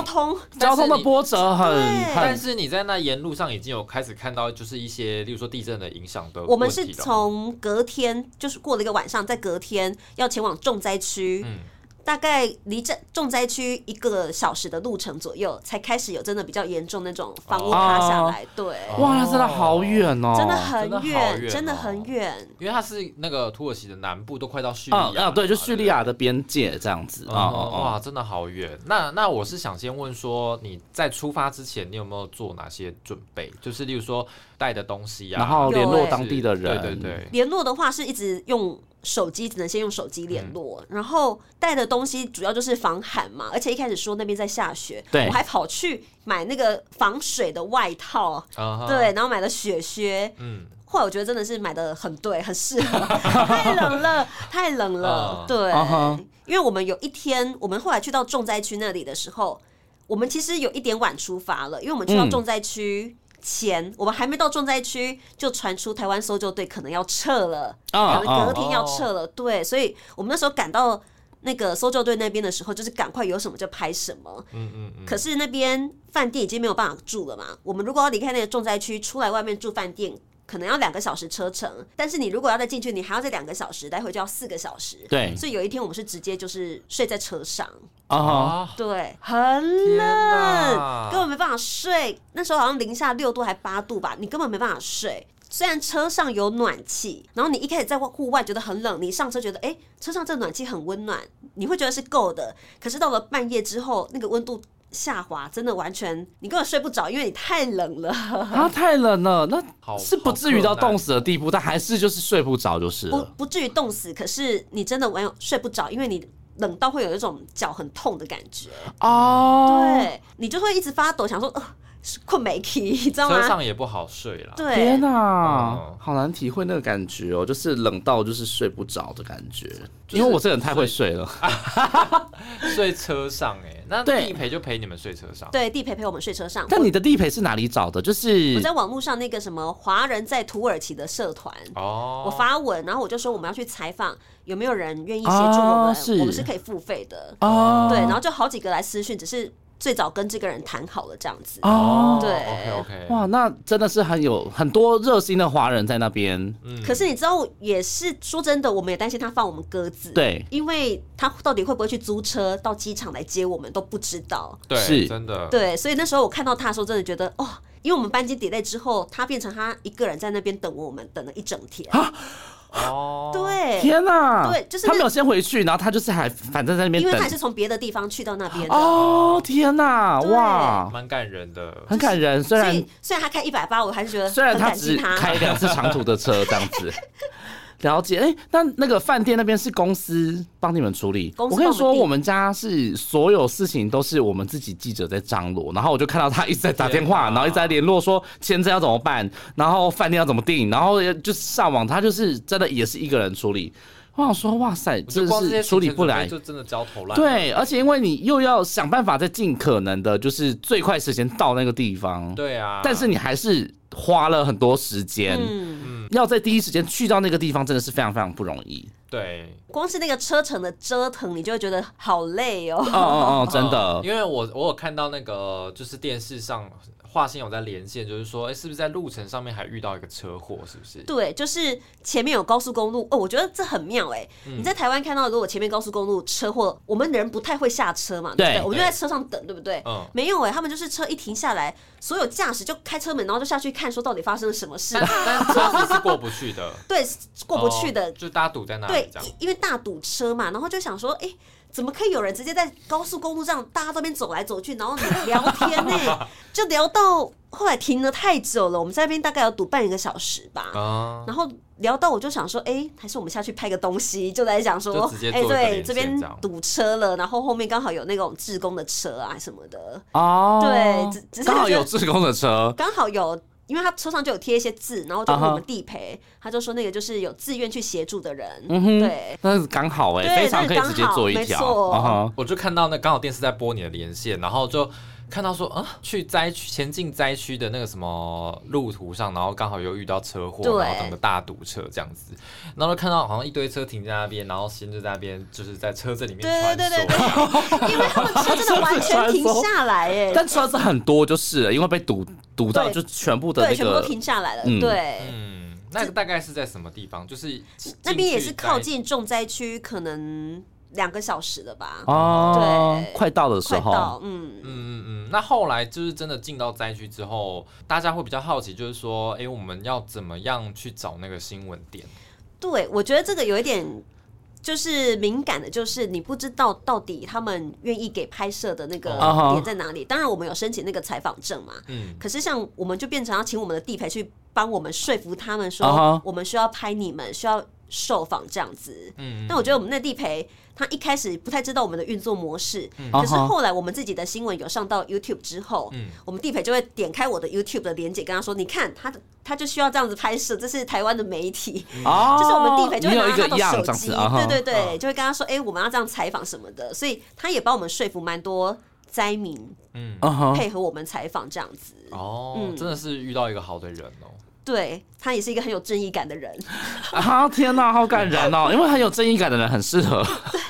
通交通的波折很对很但是你在那沿路上已经有开始看到，就是一些，例如说地震的影响的问题了。我们是从隔天，就是过了一个晚上，在隔天要前往重灾区，嗯大概离这重灾区一个小时的路程左右，才开始有真的比较严重那种房哦屋塌下来，对，哇，那真的好远哦，真的真很的好远，远真的哦很远。因为它是那个土耳其的南部，都快到叙利啊亚啊，了对，就嘛叙利亚的边界这样子啊啊哦，啊！哇，真的好远。那那我是想先问说，你在出发之前，你有没有做哪些准备？就是例如说带的东西啊，然后有联络欸当地的人，对对对，联络的话是一直用手机，只能先用手机联络。嗯然后带的东西主要就是防寒嘛，而且一开始说那边在下雪，对我还跑去买那个防水的外套，啊哈，对，然后买了雪靴。嗯，后来我觉得真的是买的很对，很适 合，太冷了，太冷了嗯，对嗯哼因为我们有一天，我们后来去到重灾区那里的时候，我们其实有一点晚出发了，因为我们去到嗯重灾区。前我们还没到重灾区，就传出台湾搜救队可能要撤了，啊可能隔啊！天要撤了。对，所以我们那时候赶到那个搜救队那边的时候，就是赶快有什么就拍什么。嗯嗯嗯，可是那边饭店已经没有办法住了嘛。我们如果要离开那个重灾区，出来外面住饭店，可能要两个小时车程。但是你如果要再进去，你还要再两个小时，来回就要四个小时。对所以有一天我们是直接就是睡在车上，啊哈，啊，对，很天冷，哪根本没办法睡。那时候好像零下六度还八度吧，你根本没办法睡。虽然车上有暖气，然后你一开始在户外觉得很冷，你上车觉得哎、诶车上这暖气很温暖，你会觉得是够的。可是到了半夜之后，那个温度下滑，真的完全你根本睡不着，因为你太 冷了。啊，太冷了，那好是不至于到冻死的地步，但还是就是睡不着，就是不了。不至于冻死，可是你真的没有睡不着，因为你冷到会有一种脚很痛的感觉。哦，对你就会一直发抖，想说呃是困没起，你知道车吗？上也不好睡啦。对，天哪、嗯好难体会那个感觉哦，就是冷到就是睡不着的感觉，因为我这人太会睡了。睡车上哎，那对地陪就陪你们睡车上。对，地陪陪我们睡车上。 但你的地陪是哪里找的？就我是在网络上那个什么华人在土耳其的社团。哦，我发文，然后我就说我们要去采访，有没有人愿意协助啊我们？是我们是可以付费的。哦对，然后就好几个来私讯，只是最早跟这个人谈好了这样子。哦，对 OK OK，哇，那真的是很有很多热心的华人在那边。可是你知道，也是说真的，我们也担心他放我们鸽子。对因为他到底会不会去租车到机场来接我们都不知道。对，是真的，对，所以那时候我看到他的时候，真的觉得哦，因为我们班机 delay 之后，他变成他一个人在那边等我们，等了一整天。哦，对，啊天哪、对就是那他没有先回去，然后他就是还反正在那边因为等他也。是从别的地方去到那边的。哦，天哪、对哇，蛮感人的。很感人。虽所然以虽然他开一百八，我还是觉得虽然很他感只激他。开两次长途的车这样 子。了解，哎、那那个饭店那边是公司帮你们处理。公司我跟你帮说，我们我们家是所有事情都是我们自己记者在张罗，然后我就看到他一直在打电话，啊天哪然后一直在联络说签证要怎么办，然后饭店要怎么订，然后就是上网，他就是真的也是一个人处理。我想说，哇塞，我觉得真光这的些是处理行程不准备来，就真的焦头烂额。对，啊而且因为你又要想办法在尽可能的，就是最快时间到那个地方，对啊，但是你还是花了很多时间，嗯，要在第一时间去到那个地方，真的是非常非常不容易。对，光是那个车程的折腾，你就会觉得好累 哦。哦哦哦，真的嗯，因为我我有看到那个就是电视上华星有在连线，就是说，哎、是不是在路程上面还遇到一个车祸，是不是？对，就是前面有高速公路哦，我觉得这很妙哎、嗯你在台湾看到，如果前面高速公路车祸，我们人不太会下车嘛，对不对哦对？我们就在车上等，对不对？嗯没有哎、他们就是车一停下来，所有驾驶就开车门，然后就下去看说到底发生了什么事 但。但车子是过不去的，对，过不去的，哦就大家堵在那里对这样。，因因为大堵车嘛，然后就想说，哎、怎么可以有人直接在高速公路上大家都边走来走去，然后聊天呢、 就聊到后来停了太久了，我们在那边大概有堵半一个小时吧。啊，然后聊到我就想说，哎、还是我们下去拍个东西，就在想说就直，接哎、做一个对，连线这边这样堵车了，然后后面刚好有那种志工的车啊什么的，哦，对只只是刚好觉得有志工的车，刚好有，因为他车上就有贴一些字，然后就问我啊哈们地陪他就说那个就是有自愿去协助的人，嗯哼对，那是刚好哎、对非常可那以刚直接做一好条没错啊我就看到那刚好电视在播你的连线，然后就看到说啊，去灾区前进灾区的那个什么路途上，然后刚好又遇到车祸，对然后整个大堵车这样子，然后就看到好像一堆车停在那边，然后先就在那边就是在车阵里面对穿对对对梭。对， 因为他们车真的完全停下来哈 哎，但车子很多就是了，因为被堵堵到对就全部的对，那全部都个停下来了，嗯对。嗯，那个大概是在什么地方？就是那边也进是去靠在近重灾区，可能两个小时了吧，哦，对快到的时快候到，嗯，嗯嗯嗯，那后来就是真的进到灾区之后，大家会比较好奇，就是说，哎、我们要怎么样去找那个新闻点？对，我觉得这个有一点。就是敏感的，就是你不知道到底他们愿意给拍摄的那个啊哈点在哪里。当然，我们有申请那个采访证嘛，嗯，可是像我们就变成要请我们的地陪去帮我们说服他们啊说哈，我们需要拍你们，需要受访这样子。嗯嗯，但我觉得我们那地陪他一开始不太知道我们的运作模式，啊哈可是后来我们自己的新闻有上到 YouTube 之后，嗯我们地陪就会点开我的 YouTube 的连接，跟他说，你看他的。他就需要这样子拍摄，这是台湾的媒体，哦，就是我们地陪就会你拿有一他个的样手这样机，子啊哈，对对对，嗯就会跟他说，哎、我们要这样采访什么的，所以他也帮我们说服蛮多灾民嗯，嗯哼，配合我们采访这样子。哦，嗯真的是遇到一个好的人哦。对他也是一个很有正义感的人，啊天哪，好感人哦，因为很有正义感的人很适合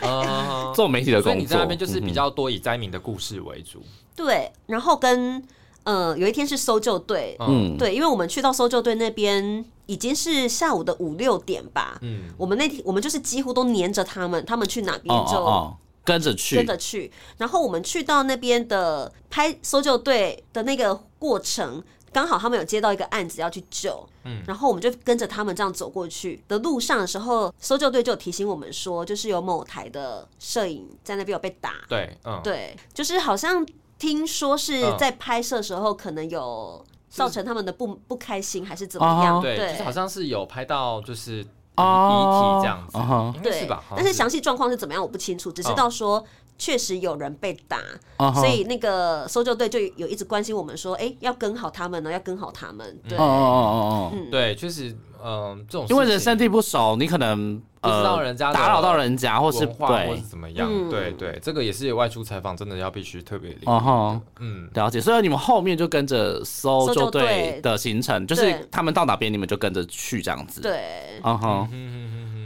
嗯， 做媒体的所工作，以你在那边就是比嗯哼较多以灾民的故事为主。对，然后跟呃有一天是搜救队，嗯对，因为我们去到搜救队那边已经是下午的五六点吧，嗯，我们那天我们就是几乎都黏着他们，他们去哪边哦哦就哦，跟着去，跟着去，然后我们去到那边的拍搜救队的那个过程。刚好他们有接到一个案子要去救，嗯然后我们就跟着他们这样走过去的路上的时候，搜救队就有提醒我们说，就是有某台的摄影在那边有被打，对，嗯，对，就是好像听说是嗯在拍摄时候可能有造成他们的不不开心，还是怎么哦样？对，就是好对。像是有拍到就是遗遗体哦这样子嗯哼，应该是嗯对吧？好像但是详细状况是怎么样我不清楚，只知道说确实有人被打，哦嗯哼所以那个搜救队就有一直关心我们说，哎、要跟好他们呢，哦要跟好他们。嗯对，哦哦哦哦哦，嗯对，确实，嗯，这种因为事人情生地不熟，你可能不知道呃人家的打扰到人家，或是文化或是对。怎么样，嗯对对，这个也是外出采访，真的要必须特别留意哦吼，嗯，了解，所以你们后面就跟着搜搜救救队队的行程，就是对他们到哪边，你们就跟着去这样子。，对，嗯哼，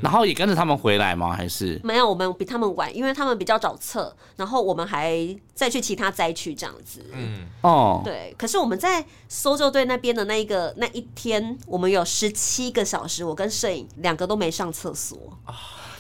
然后也跟着他们回来吗？还是没有，我们比他们晚，因为他们比较早撤，然后我们还再去其他灾区这样子。嗯，哦，对，可是我们在搜救队那边的那一个那一天，我们有十七个小时，我跟摄影两个都没上厕所，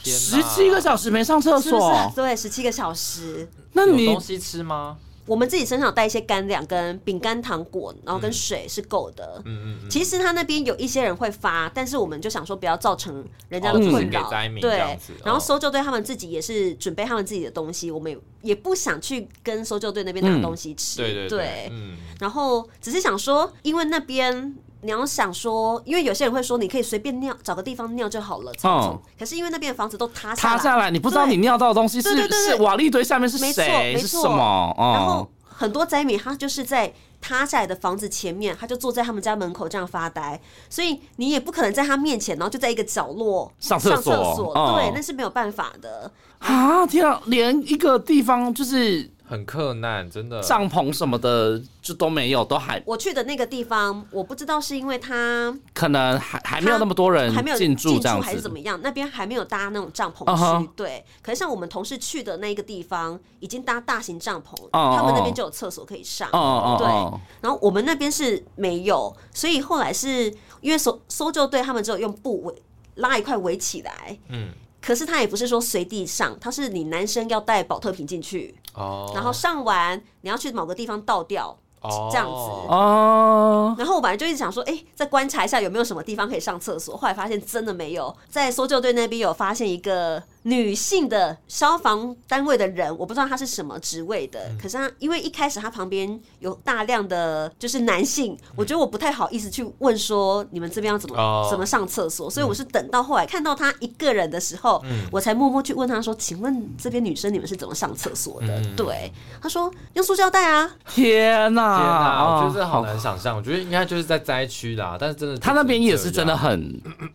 天十哪七个小时没上厕是不是所？啊？ 对，十七个小时，那有你东西吃吗？我们自己身上有带一些干粮、跟饼干、糖果，然后跟水是够的。嗯嗯嗯嗯，其实他那边有一些人会发，但是我们就想说不要造成人家哦的就是困给扰，灾民这样对子。然后哦搜救队他们自己也是准备他们自己的东西，我们也也不想去跟搜救队那边嗯拿东西吃。对对对对，，嗯，然后只是想说，因为那边你要想说，因为有些人会说你可以随便尿，找个地方尿就好了，草嗯丛。哦可是因为那边的房子都塌下塌下来，你不知道对你尿到的东西对是对对是对瓦砾堆下面是没错谁没是错什么？然后哦，很多灾民他就是在塌下来的房子前面，他就坐在他们家门口这样发呆，所以你也不可能在他面前，然后就在一个角落上厕厕所嗯对，那是没有办法的。啊天啊，连一个地方就是很困难，真的。帐篷什么的就都没有，都还我去的那个地方，我不知道是因为他可能还还没有那么多人还没有进驻驻这样还是怎子么。样？那边还没有搭那种帐篷嗯区哼对。可是像我们同事去的那个地方，已经搭大型帐篷哦他们那哦边就有厕所可以上。哦哦对哦，然后我们那边是没有，所以后来是因为搜搜救队他们只有用布围拉一块围起来，嗯，可是他也不是说随地上，他是你男生要带保特瓶进去，哦，然后上完你要去某个地方倒掉。哦这样子哦，然后我本来就一直想说，哎、再观察一下有没有什么地方可以上厕所。后来发现真的没有，在搜救队那边有发现一个女性的消防单位的人，我不知道他是什么职位的，嗯可是他因为一开始他旁边有大量的就是男性，我觉得我不太好意思去问说你们这边要怎么、哦嗯怎么上厕所，所以我是等到后来看到他一个人的时候，我才默默去问他说，请问这边女生你们是怎么上厕所的？嗯对，他说用塑胶 袋啊，天哪、天哪，我觉得哦这好难想象。我觉得应该就是在灾区啦，但是真的，他那边也是真的很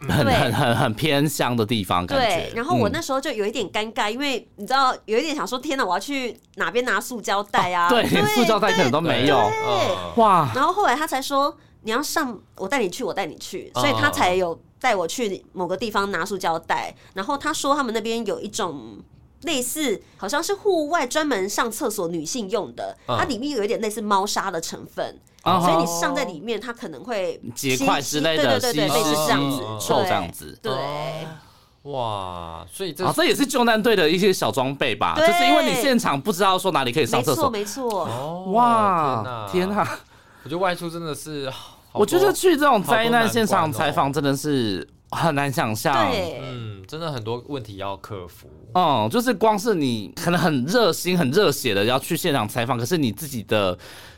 很对很很很偏乡的地方，感对觉。，然后我那时候就有一点尴尬，因为你知道有一点想说，天哪，我要去哪边拿塑胶袋啊？对，连塑胶袋可能都对没有。嗯哇，然后后来他才说你要上，我带你去，我带你去，哦所以他才有带我去某个地方拿塑胶袋。然后他说他们那边有一种。类似好像是户外专门上厕所女性用的，嗯它里面有一点类似猫砂的成分，哦所以你上在里面，它可能会结吸块之类的对对对吸对，类似这样子哦，臭这样子。对，对哦哇，所以这啊，这也是救难队的一些小装备吧，就是因为你对现场不知道说哪里可以上没厕错所。没错，哦哇，天哪，哪！我觉得外出真的是， 好多我觉得去这种哦好多灾难难现关场哦采访真的是很难想象。对，嗯，真的很多问题要克服。嗯，就是光是你可能很热心、很热血的要去现场采访，可是你自己的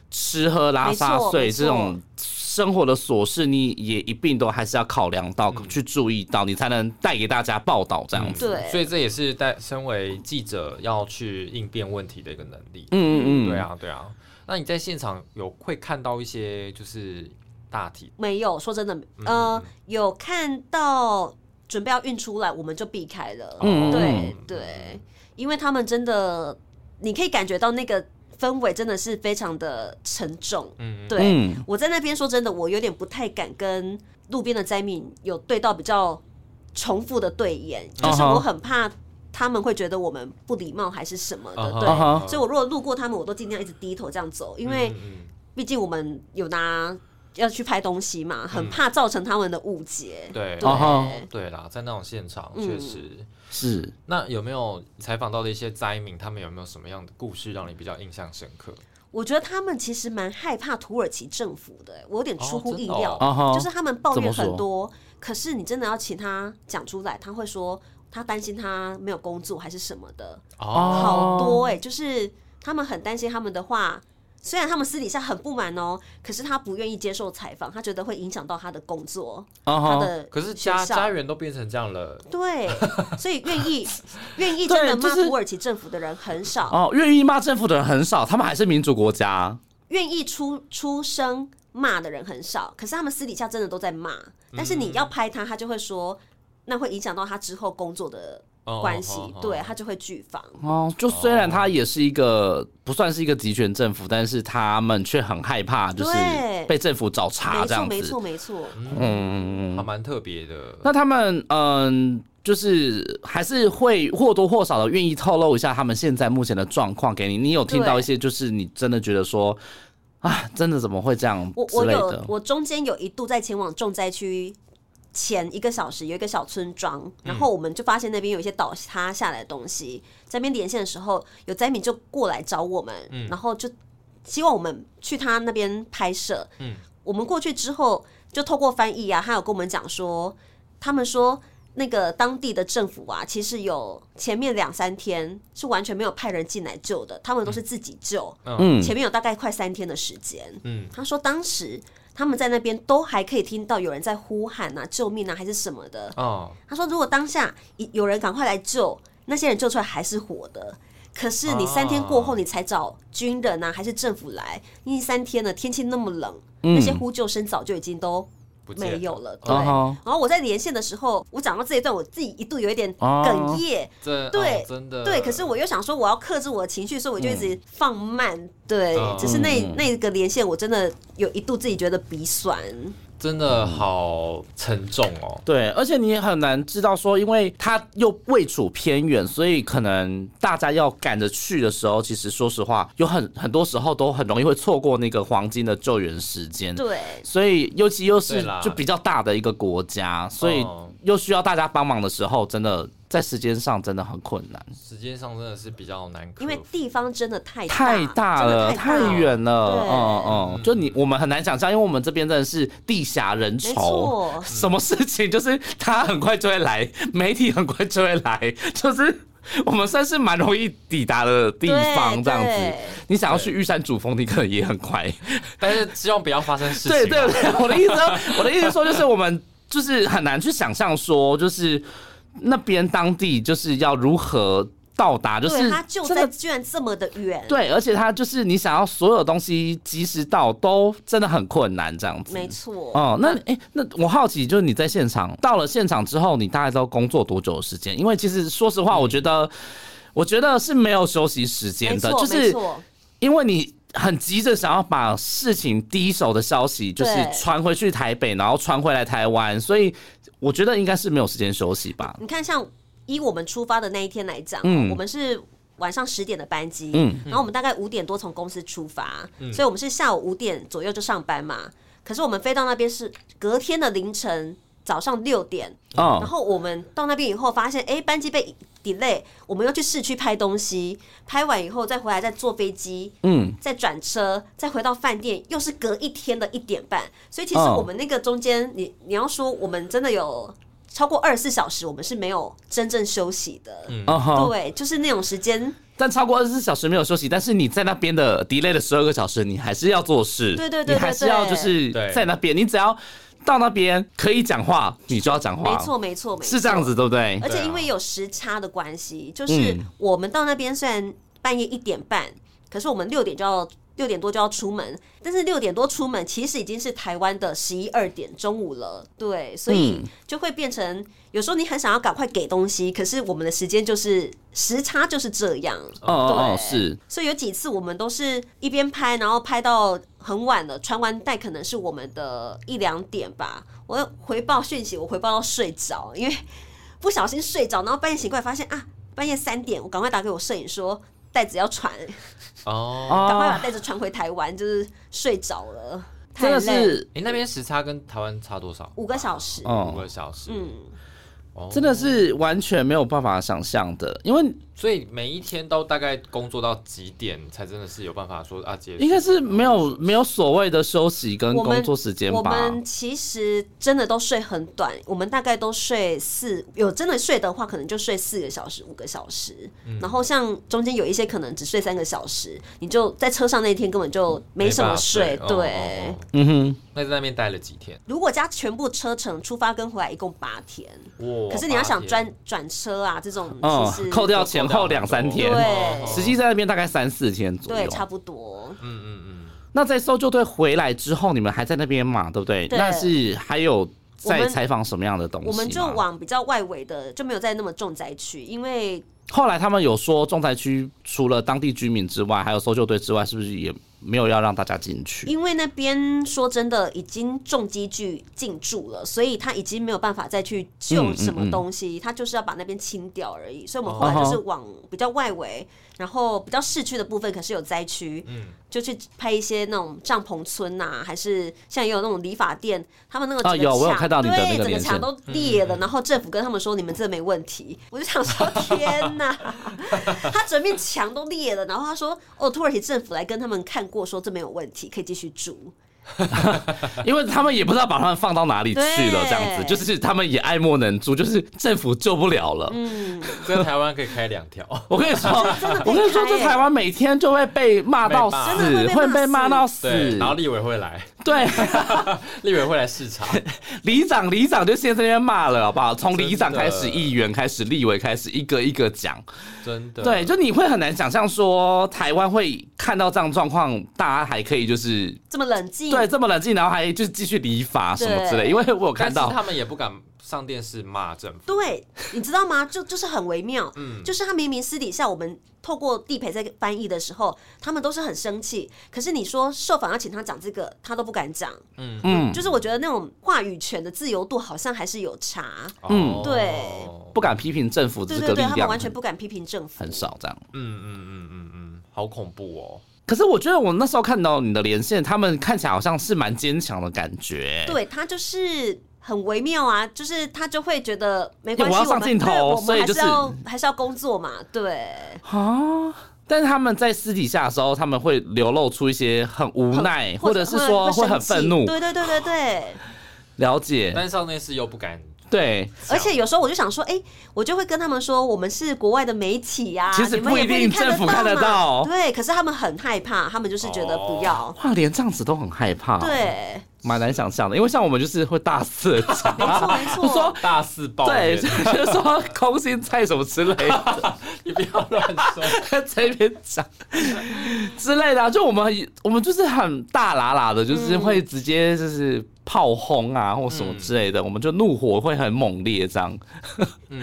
吃喝拉撒没错睡没错这种生活的琐事，你也一并都还是要考量到、嗯去注意到，你才能带给大家报道这样子。对所以这也是在身为记者要去应变问题的一个能力。嗯嗯嗯，对。啊，对啊。那你在现场有会看到一些就是大体没有，说真嗯的，呃，有看到准备要运出来，我们就避开了。嗯对对，因为他们真的，你可以感觉到那个氛围真的是非常的沉重。嗯对，嗯我在那边说真的，我有点不太敢跟路边的灾民有对到比较重复的对眼，就是啊哈我很怕。他们会觉得我们不礼貌还是什么的啊哈呃对啊哈所以我如果路过他们，我都尽量一直低头这样走，因为嗯毕竟我们有拿要去拍东西嘛，很怕造成他们的误解嗯。对对啊哈对啦，在那种现场嗯确实。是那有没有采访到的一些灾民，他们有没有什么样的故事让你比较印象深刻？我觉得他们其实蛮害怕土耳其政府的，我有点出乎意料，哦真的哦啊哈就是他们抱怨怎么很说多，可是你真的要请他讲出来，他会说他担心他没有工作还是什么的，哦好多哎、就是他们很担心他们的话。虽然他们私底下很不满哦，可是他不愿意接受采访，他觉得会影响到他的工作，啊他哈，的可是学家校家园都变成这样了， 对，所以愿意愿意对真的就骂是土耳其政府的人很少，哦，愿意骂政府的人很少，他们还是民主国家。愿、意出出声骂的人很少。可是他们私底下真的都在骂，嗯但是你要拍他，他就会说。那会影响到他之后工作的哦关系，哦哦对啊他就会拒访。哦，就虽然他也是一个不算是一个集权政府，但是他们却很害怕，就是对被政府找茬没这错，样没子错，。没错。嗯，还蛮特别的。那他们嗯，就是还是会或多或少的愿意透露一下他们现在目前的状况给你。你有听到对一些，就是你真的觉得说啊，真的怎么会这样我之我类有的？我中间有一度在前往重灾区前一个小时有一个小村嗯庄，然后我们就发现那边有一些倒塌下来的东西，在那边连线的时候，有灾民就过来找我们，嗯然后就希望我们去他那边拍摄。嗯我们过去之后，就透过翻译啊，他有跟我们讲说，他们说。那个当地的政府啊，其实有前面两三天是完全没有派人进来救的，他们都是自己救。嗯前面有大概快三天的时间，嗯他说当时他们在那边都还可以听到有人在呼喊啊、救命啊，还是什么的。哦，他说如果当下一有人赶快来救，那些人救出来还是活的。可是你三天过后，啊你才找军人啊，还是政府来？因为三天了，天气那么冷，嗯那些呼救声早就已经都不见没有了，了。对。啊哈然后我在连线的时候，我讲到这一段，我自己一度有一点啊哽咽，这哦对真的对，可是我又想说我要克制我的情绪，所以我就一直放慢。对，嗯只是那那个连线，我真的有一度自己觉得鼻酸。真的好沉重哦。对，而且你也很难知道说，因为它又位处偏远，所以可能大家要赶着去的时候，其实说实话，有很很多时候都很容易会错过那个黄金的救援时间。对，所以尤其又对是啦就比较大的一个国家，所以哦又需要大家帮忙的时候，真的在时间上真的很困难，时间上真的是比较难克因为服。地方真的太太大大了，真的太太大远了，对嗯嗯，就你我们很难想象，因为我们这边真的是地狭人没稠，错，什么事情就是他很快就会来，媒体很快就会来，就是我们算是蛮容易抵达的地方对这样子对。你想要去玉山主峰，你可能也很快。但是希望不要发生事情、啊。对对对，我的意思说，我的意思说就是我们就是很难去想象说，就是那边当地就是要如何到达，就是对，它就真在的居然这么的远，对，而且它就是你想要所有东西及时到，都真的很困难这样子。没错。哦，那哎、那我好奇，就是你在现场到了现场之后，你大概都工作多久的时间？因为其实说实话，嗯我觉得，我觉得是没有休息时间没的，错，就没是错，因为你很急着想要把事情第一手的消息，就是对传回去台北，然后传回来台湾，所以我觉得应该是没有时间休息吧。你看，像以我们出发的那一天来讲，哦嗯我们是。晚上十点的班机，嗯然后我们大概五点多从公司出发，所以我们是下午五点左右就上班嘛。可是我们飞到那边是隔天的凌晨早上六点，然嗯，后我们到那边以后发现，哎、班机被 delay，我们要去市区拍东西，拍完以后再回来再坐飞机，嗯，再转车，再回到饭店，又是隔一天的一点半。所以其实嗯我们那个中间，你你要说我们真的有超过二十四小时，我们是没有真正休息的。嗯哼，对，就是那种时间，但超过二十四小时没有休息，但是你在那边的 delay 的十二个小时，你还是要做事，对对对对你还是要就是对在那边，你只要到那边可以讲话，你就要讲话，没错，没错，哦没错，是这样。子，对不对而？且因对为啊有时差的关系，就是嗯我们到那边虽然半夜一点半，可是我们六点就要六点多就要出门，但是六点多出门其实已经是台湾的十一二点中午了，对，所以嗯就会变成有时候你很想要赶快给东西，可是我们的时间就是时差就是这样。哦哦哦，对是，所以有几次我们都是一边拍，然后拍到很晚了，传完带可能是我们的一两点吧。我回报讯息，我回报到睡着，因为不小心睡着，然后半夜醒过来发现啊，半夜三点，我赶快打给我摄影说袋子要传，哦，赶快哦把， 袋子传回台湾，就是睡着了，真太的累，是，你、那边时差跟台湾差多少？五个小时，五哦个，小时。嗯，哦真的是完全没有办法想象的，因为所以每一天都大概工作到几点才真的是有办法说啊结束？应该是没有没有所谓的休息跟我们工作时间我吧。们其实真的都睡很短，我们大概都睡四，有真的睡的话，可能就睡四个小时、五个小时。然后像中间有一些可能只睡三个小时，你就在车上那一天根本就没什办么法睡。哦对，哦哦嗯哼，那在那边待了几天？如果加全部车程，出发跟回来一共八天。哇可是你要想八转天转车啊，这种哦其实、扣掉哦前后两三天对实际在那边大概三四天左右。对差不多。嗯嗯那在搜救队回来之后，你们还在那边嘛？对不对？对那是还有我在们采访什么样的东西吗我们就往比较外围的，就没有在那么重灾区，因为后来他们有说，重灾区除了当地居民之外，还有搜救队之外，是不是也没有要让大家进去？因为那边说真的已经重机具进驻了，所以他已经没有办法再去救什么东西，他就是要把那边清掉而已。所以我们后来就是往比较外围，然后比较市区的部分，可是有灾区，就去拍一些那种帐篷村呐、还是像也有那种理发店，他们那个啊整个有我有墙看到你的那对个整个连线嗯墙都裂了，然后政府跟他们说你们这没问题，我就想说天哪， 他整面墙都裂了，然后他说哦，土耳其政府来跟他们看过，说这没有问题，可以继续住。因为他们也不知道把他们放到哪里去了，对这样子，就是他们也爱莫能助，就是政府救不了了。嗯，在台湾可以开两 条。我跟你 说，被我跟你说，开在耶台湾每天就会被骂到被骂死，真的会会被骂被骂到对，死。然后立委会来，对，立委会来视察。里长里长就先在那边骂了，好不好？从里长开始，真的议员开始，立委开始，一个一个讲。真的，对，就你会很难想象说台湾会看到这样状况，大家还可以就是这么冷静，对，这么冷静，然后还就是继续理法什么之类。嗯对因为我有但看是到，他们也不敢上电视骂政府。对你知道吗？就就是很微妙，就是他明明私底下我们透过地陪在翻译的时候，他们都是很生气，可是你说受访要请他讲这个，他都不敢讲，嗯，就是我觉得那种话语权的自由度好像还是有差，嗯对不敢批评政府的对这对个力对，他们量完全很不敢批评政府，很少这样。嗯嗯嗯嗯嗯，好恐怖哦。可是我觉得我那时候看到你的连线，他们看起来好像是蛮坚强的感觉。对他就是很微妙啊，就是他就会觉得没关系，我要上们镜头对我们所以还就是是要还是要工作嘛，对，啊。但是他们在私底下的时候，他们会流露出一些很无奈，或或者是说会会很生气愤怒。对对对对对。了解，但上那次又不敢对，讲，而且有时候我就想说，哎、我就会跟他们说，我们是国外的媒体呀、其实你们也不一定看得政府看得嘛到哦对，可是他们很害怕，他们就是觉得不要。哇，连这样子都很害怕，，对，蛮难想象的。因为像我们就是会大肆地讲，没错没就说错，大肆抱 哦对，怨就，是说空心菜什么之类的，你不要乱说。 在那边讲之类的啊、就我们很我们就是很大喇喇的，就是会直接就是炮轰啊或什么之类的，我们就怒火会很猛烈这样。嗯，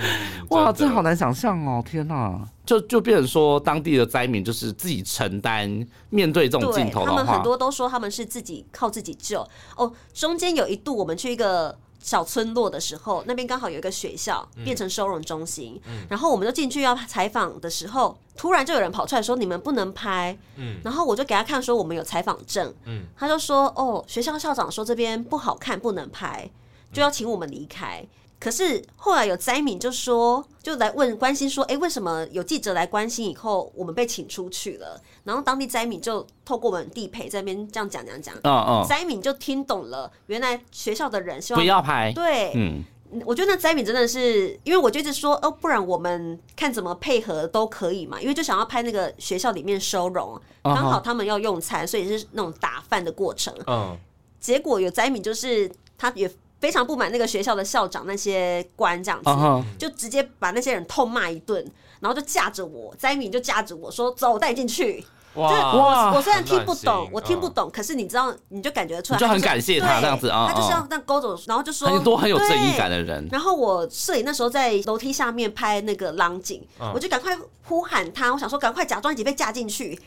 哇，这真的好难想象哦！天哪，就就变成说当地的灾民就是自己承担面对这种镜对头他的们很话，多都说他们是自己靠自己救。哦，中间有一度我们去一个。小村落的时候，那边刚好有一个学校嗯变成收容中心，然后我们就进去要采访的时候，突然就有人跑出来说：“你们不能拍。”嗯然后我就给他看说我们有采访证，嗯他就说哦，学校校长说这边不好看，不能拍，就要请我们离开。可是后来有灾民就说，就来问关心说，哎，为什么有记者来关心以后，我们被请出去了？然后当地灾民就透过我们地陪这边这样讲讲讲，嗯嗯，灾民就听懂了，原来学校的人希不望要拍，对，嗯，我觉得那灾民真的是，因为我就一直说，哦，不然我们看怎么配合都可以嘛，因为就想要拍那个学校里面收容，嗯哼刚好他们要用餐，所以是那种打饭的过程。嗯，结果有灾民就是他也非常不满那个学校的校长那些官这样子，嗯哼，就直接把那些人痛骂一顿，然后就架着我，灾民就架着我说：“走，我带你进去。”就是哇哇我我虽然听不很暖懂心，嗯我听不懂，可是你知道，你就感觉出啊你来，就很是感谢他对这样子啊，他就是嗯要那勾走，然后就说很多很有正义感的。的人，然后我摄影那时候在楼梯下面拍那个廊景，嗯我就赶快呼喊他，我想说赶快假装一起被架进去，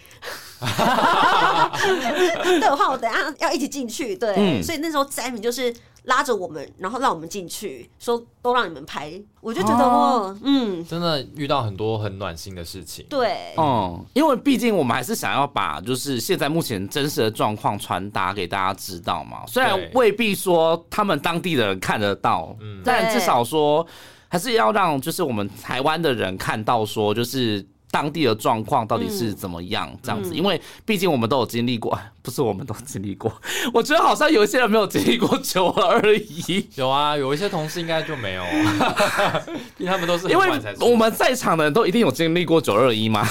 对，我怕我等一下要一起进去，对，嗯所以那时候詹米就是拉着我们，然后让我们进去，说都让你们拍，我就觉得哦哦，嗯，真的遇到很多很暖心的事情。对，嗯，因为毕竟我们还是想要把就是现在目前真实的状况传达给大家知道嘛，虽然对未必说他们当地的人看得到，嗯但至对少说还是要让就是我们台湾的人看到说就是。当地的状况到底是怎么样？这样子，嗯因为毕竟我们都有经历过， 不是我们都经历过。我觉得好像有一些人没有经历过九二 一，有啊，有一些同事应该就没 有，因为他们都是很因为晚才出我们在场的人都一定有经历过九二一嘛。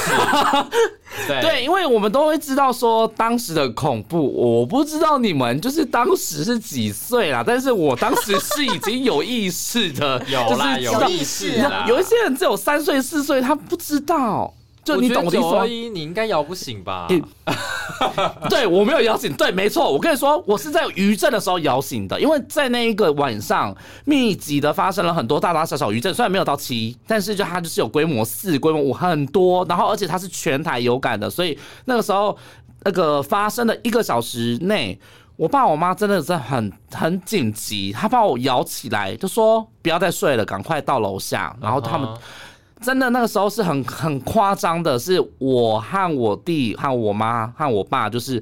对对，因为我们都会知道说当时的恐怖，我不知道你们就是当时是几岁啦，但是我当时是已经有意识的，有啦就是有知道意识啦， 有一些人只有三岁四岁，他不知道，就你懂我的意思九吗二？一你应该摇不醒吧？嗯 对，我没有摇醒，对，没错，我跟你说，我是在余震的时候摇醒的，因为在那一个晚上密集的发生了很多大大小小余震，虽然没有到七，但是就它就是有规模四、规模五很多，然后而且它是全台有感的，所以那个时候那个发生的一个小时内。我爸我妈真的是很很紧急，他把我摇起来，就说不要再睡了，赶快到楼下。然后哦他们啊真的那个时候是很很夸张的，是我和我弟和我妈和我爸，就是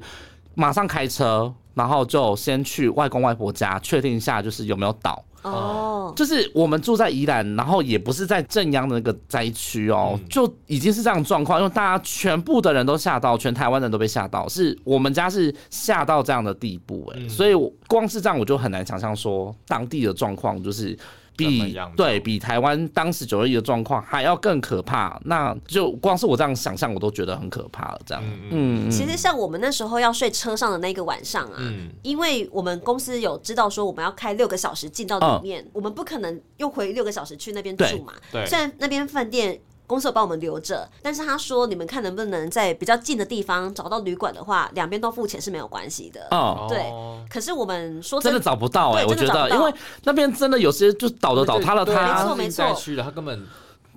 马上开车，然后就先去外公外婆家确定一下，就是有没有倒。哦，就是我们住在宜兰，然后也不是在正央的那个灾区哦，嗯就已经是这样的状况，因为大家全部的人都吓到，全台湾人都被吓到，是我们家是吓到这样的地步哎、嗯所以我光是这样我就很难想象说当地的状况就是。怎么比样对比台湾当时九二一的状况还要更可怕，那就光是我这样想象，我都觉得很可怕了。这样，嗯嗯嗯，嗯其实像我们那时候要睡车上的那个晚上啊，嗯因为我们公司有知道说我们要开六个小时进到嗯里面，我们不可能又回六个小时去那边住嘛。对对虽然那边饭店公司有帮我们留着，但是他说你们看能不能在比较近的地方找到旅馆的话，两边都付钱是没有关系的。哦，对哦可是我们说真真的找不到哎、对我真觉的找得，不到因为那边真的有些就倒的倒，塌了对对塌没，错他已经没错在去了，他根本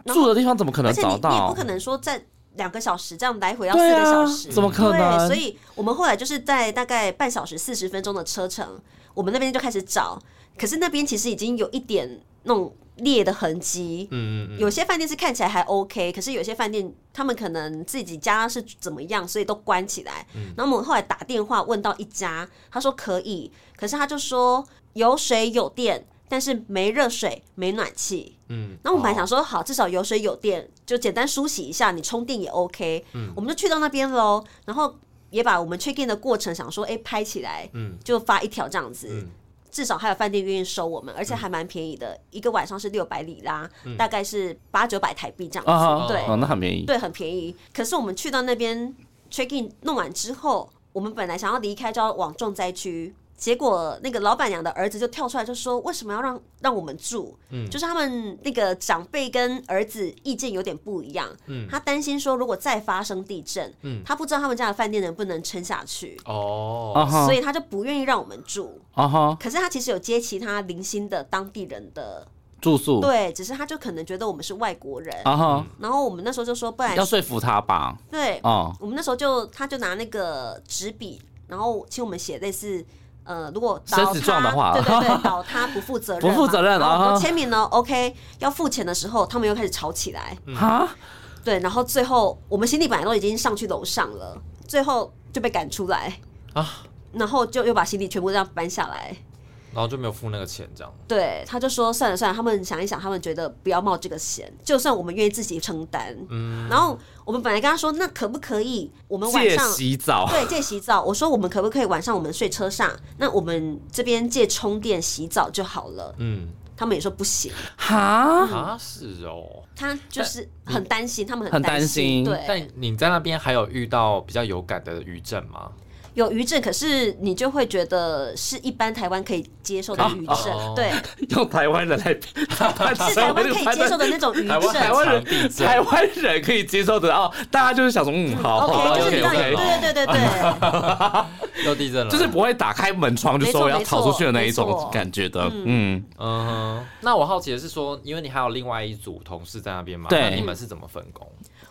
然后住的地方怎么可能而且你找你也到？不可能说在两个小时这样来回要四对个啊小时，，怎么可能？对，所以我们后来就是在大概半小时四十分钟的车程，我们那边就开始找，可是那边其实已经有一点那种裂的痕迹。嗯嗯嗯有些饭店是看起来还 OK，可是有些饭店他们可能自己家是怎么样，所以都关起来。嗯然后我们后来打电话问到一家，他说可以，可是他就说有水有电，但是没热水，没暖气。嗯，那我们本来想说，好，至少有水有电，就简单梳洗一下，你充电也 OK。我嗯们就去到那边喽，然后也把我们 check in 的过程想说，哎、拍起来，嗯就发一条这样子。嗯至少还有饭店愿意收我们，而且还蛮便宜的，一个晚上是六百里拉，嗯大概是八九百台币这样子。啊，对、哦，那很便宜。对，很便宜。可是我们去到那边 check in 弄完之后，我们本来想要离开，就要往重灾区。结果那个老板娘的儿子就跳出来就说：“为什么要让让我们住？”嗯就是他们那个长辈跟儿子意见有点不一样。嗯他担心说如果再发生地震，嗯他不知道他们家的饭店能不能撑下去，哦，啊哈所以他就不愿意让我们住。啊哈，可是他其实有接其他零星的当地人的，住宿对，只是他就可能觉得我们是外国人。啊哈，然后我们那时候就说，不然要说服他吧。对，哦，我们那时候就他就拿那个纸笔，然后请我们写类似。呃，如果倒生死状的塌话对对对，倒塌不负责任不嘛，负责任然后我啊们哈签名呢，OK，要付钱的时候，他们又开始吵起来，哈，对，然后最后我们行李本来都已经上去楼上了，最后就被赶出来啊，然后就又把行李全部这样搬下来，然后就没有付那个钱，这样。对，他就说算了算了，他们想一想，他们觉得不要冒这个险，就算我们愿意自己承担，嗯，然后我们本来跟他说，那可不可以我们晚借上洗澡对，借洗澡。我说我们可不可以晚上我们睡车上？那我们这边借充电洗澡就好了。嗯他们也说不行，哈，啊，是哦。他就是很担心，他们呃很担担心对，但你在那边还有遇到比较有感的余震 吗？有余震，可是你就会觉得是一般台湾可以接受的余震，哦 对， 用台湾人来，是是台湾可以接受的那种余台湾震台。湾人常地，震台湾人可以接受得到，大家就是想说，嗯，好，好 OK，就是你让你 OK，OK 对对对对对， 又地震了，就是不会打开门窗就说我要逃出去的那一种感觉的，嗯，嗯哼。那我好奇的是说，因为你还有另外一组同事在那边嘛，对那你们是怎么分 工？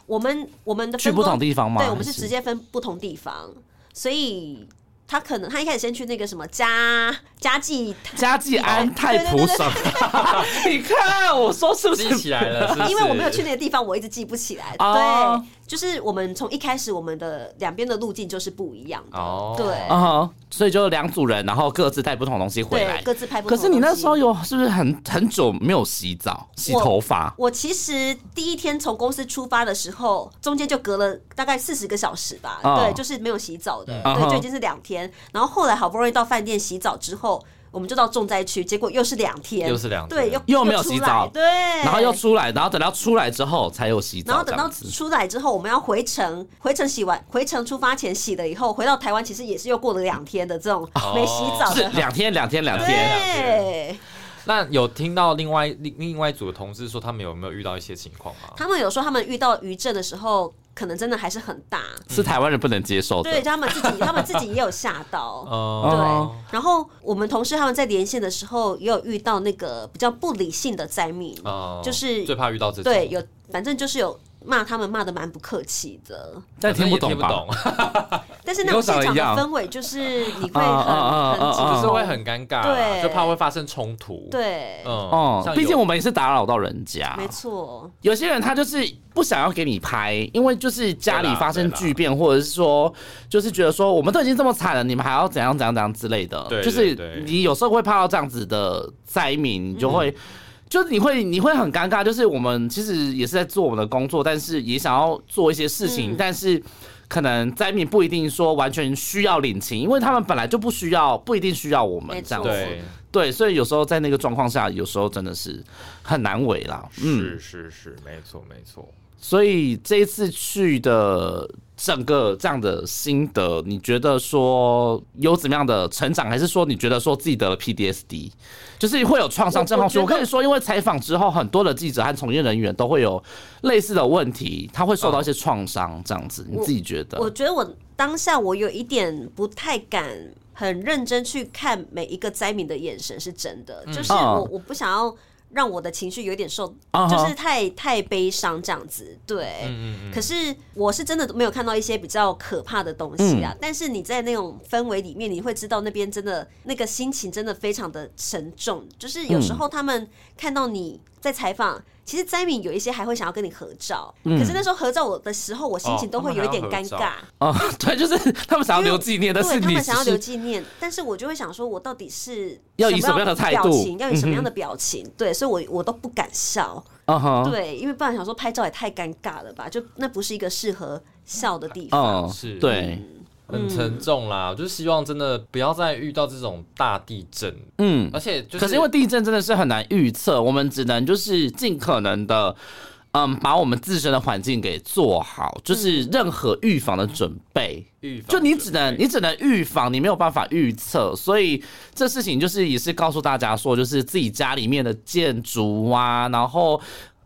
我们我们的去分不工同地方吗？对，我们是还直接分不同地方，所以他可能他一开始先去那个什么家家计家计安泰普省， 你看我说是不记 是？起来了，是 不是因为我没有去那个地方，我一直记不起来。哦对，就是我们从一开始，我们的两边的路径就是不一样的。哦对啊哈，所以就两组人，然后各自带不同东西回来对，。各自拍不可同是你那东西时候，有是不是很很久没有洗澡、洗头发？我其实第一天从公司出发的时候，中间就隔了大概四十个小时吧。哦对，就是没有洗澡的，嗯对，嗯就已经是两天。然后后来好不容易到饭店洗澡之后，我们就到重灾区，结果又是两天，又是两天对，又又没有出洗来澡对，然后又出来，然后等到出来之后才有洗澡，然后等这到样子出来之后，我们要回程，回程洗完，回程出发前洗了以后，回到台湾其实也是又过了两天的这种没洗澡哦是的。两天、两天、两天。啊对，那有听到另外另另外一组的同事说，他们有没有遇到一些情况吗？他们有说他们遇到余震的时候，可能真的还是很大。是台湾人不能接受的。对，就他们自 己，他们自己也有吓到。哦，对哦，然后我们同事他们在连线的时候，也有遇到那个比较不理性的灾民，哦就是最怕遇到这种，对，有反正就是有骂他们骂的蛮不客气的。但听不反正也懂听不吧？懂，但是那种跟现我长得场一的样氛围就是 你会啊啊啊啊很很紧啊啊张，就是会很尴尬啦，哦对就怕会发生冲突。，对，嗯哦像，有毕竟我们也是打扰到人家。没错，有些人他就是不想要给你拍，因为就是家里发生巨变，或者是说，就是觉得说我们都已经这么惨了，你们还要怎样怎样怎样之类的。对就对对嗯是你有时候会碰到这样子的灾民，你就会。就是你会你会很尴尬，就是我们其实也是在做我们的工作，但是也想要做一些事情，嗯但是可能灾民不一定说完全需要领情，因为他们本来就不需要，不一定需要我没们错这样子。对，对，所以有时候在那个状况下，有时候真的是很难为啦。嗯，是是是，没错没错。所以这一次去的整个这样的心得，你觉得说有怎么样的成长，还是说你觉得说自己得了 PDSD，就是会有创伤症候群？我我我觉得跟你说，因为采访之后，很多的记者和从业人员都会有类似的问题，他会受到一些创伤，这样子，你自己觉得？我觉得我当下我有一点不太敢很认真去看每一个灾民的眼神，是真的，就是我哦我不想要让我的情绪有点受，啊哈就是太太悲伤这样子，对，嗯嗯可是我是真的没有看到一些比较可怕的东西嗯啊，但是你在那种氛围里面，你会知道那嗯边真的那个心情真的非常的沉重，就是有时候他们看到你在采访，其实灾民有一些还会想要跟你合照，可是那时候合照我的时候，我心情哦都会有一点他们还尴要合尬照。嗯哦， 对，就是他们想要留纪念，但是对他你们想要只留是纪念，但是我就会想说，我到底是要以什么样的态度表情要以什么样的嗯表情？对，所以我我都不敢笑，嗯哼，对，因为不然想说拍照也太尴尬了吧，就那不是一个适合笑的地方。嗯，是对，嗯很沉重啦。我就希望真的不要再遇到这种大地震，嗯。而且就是可是因为地震真的是很难预测，我们只能就是尽可能的，嗯，把我们自身的环境给做好，就是任何预防的准备。预防就你准只能备你只能预防，你没有办法预测，所以这事情就是也是告诉大家说，就是自己家里面的建筑啊，然后。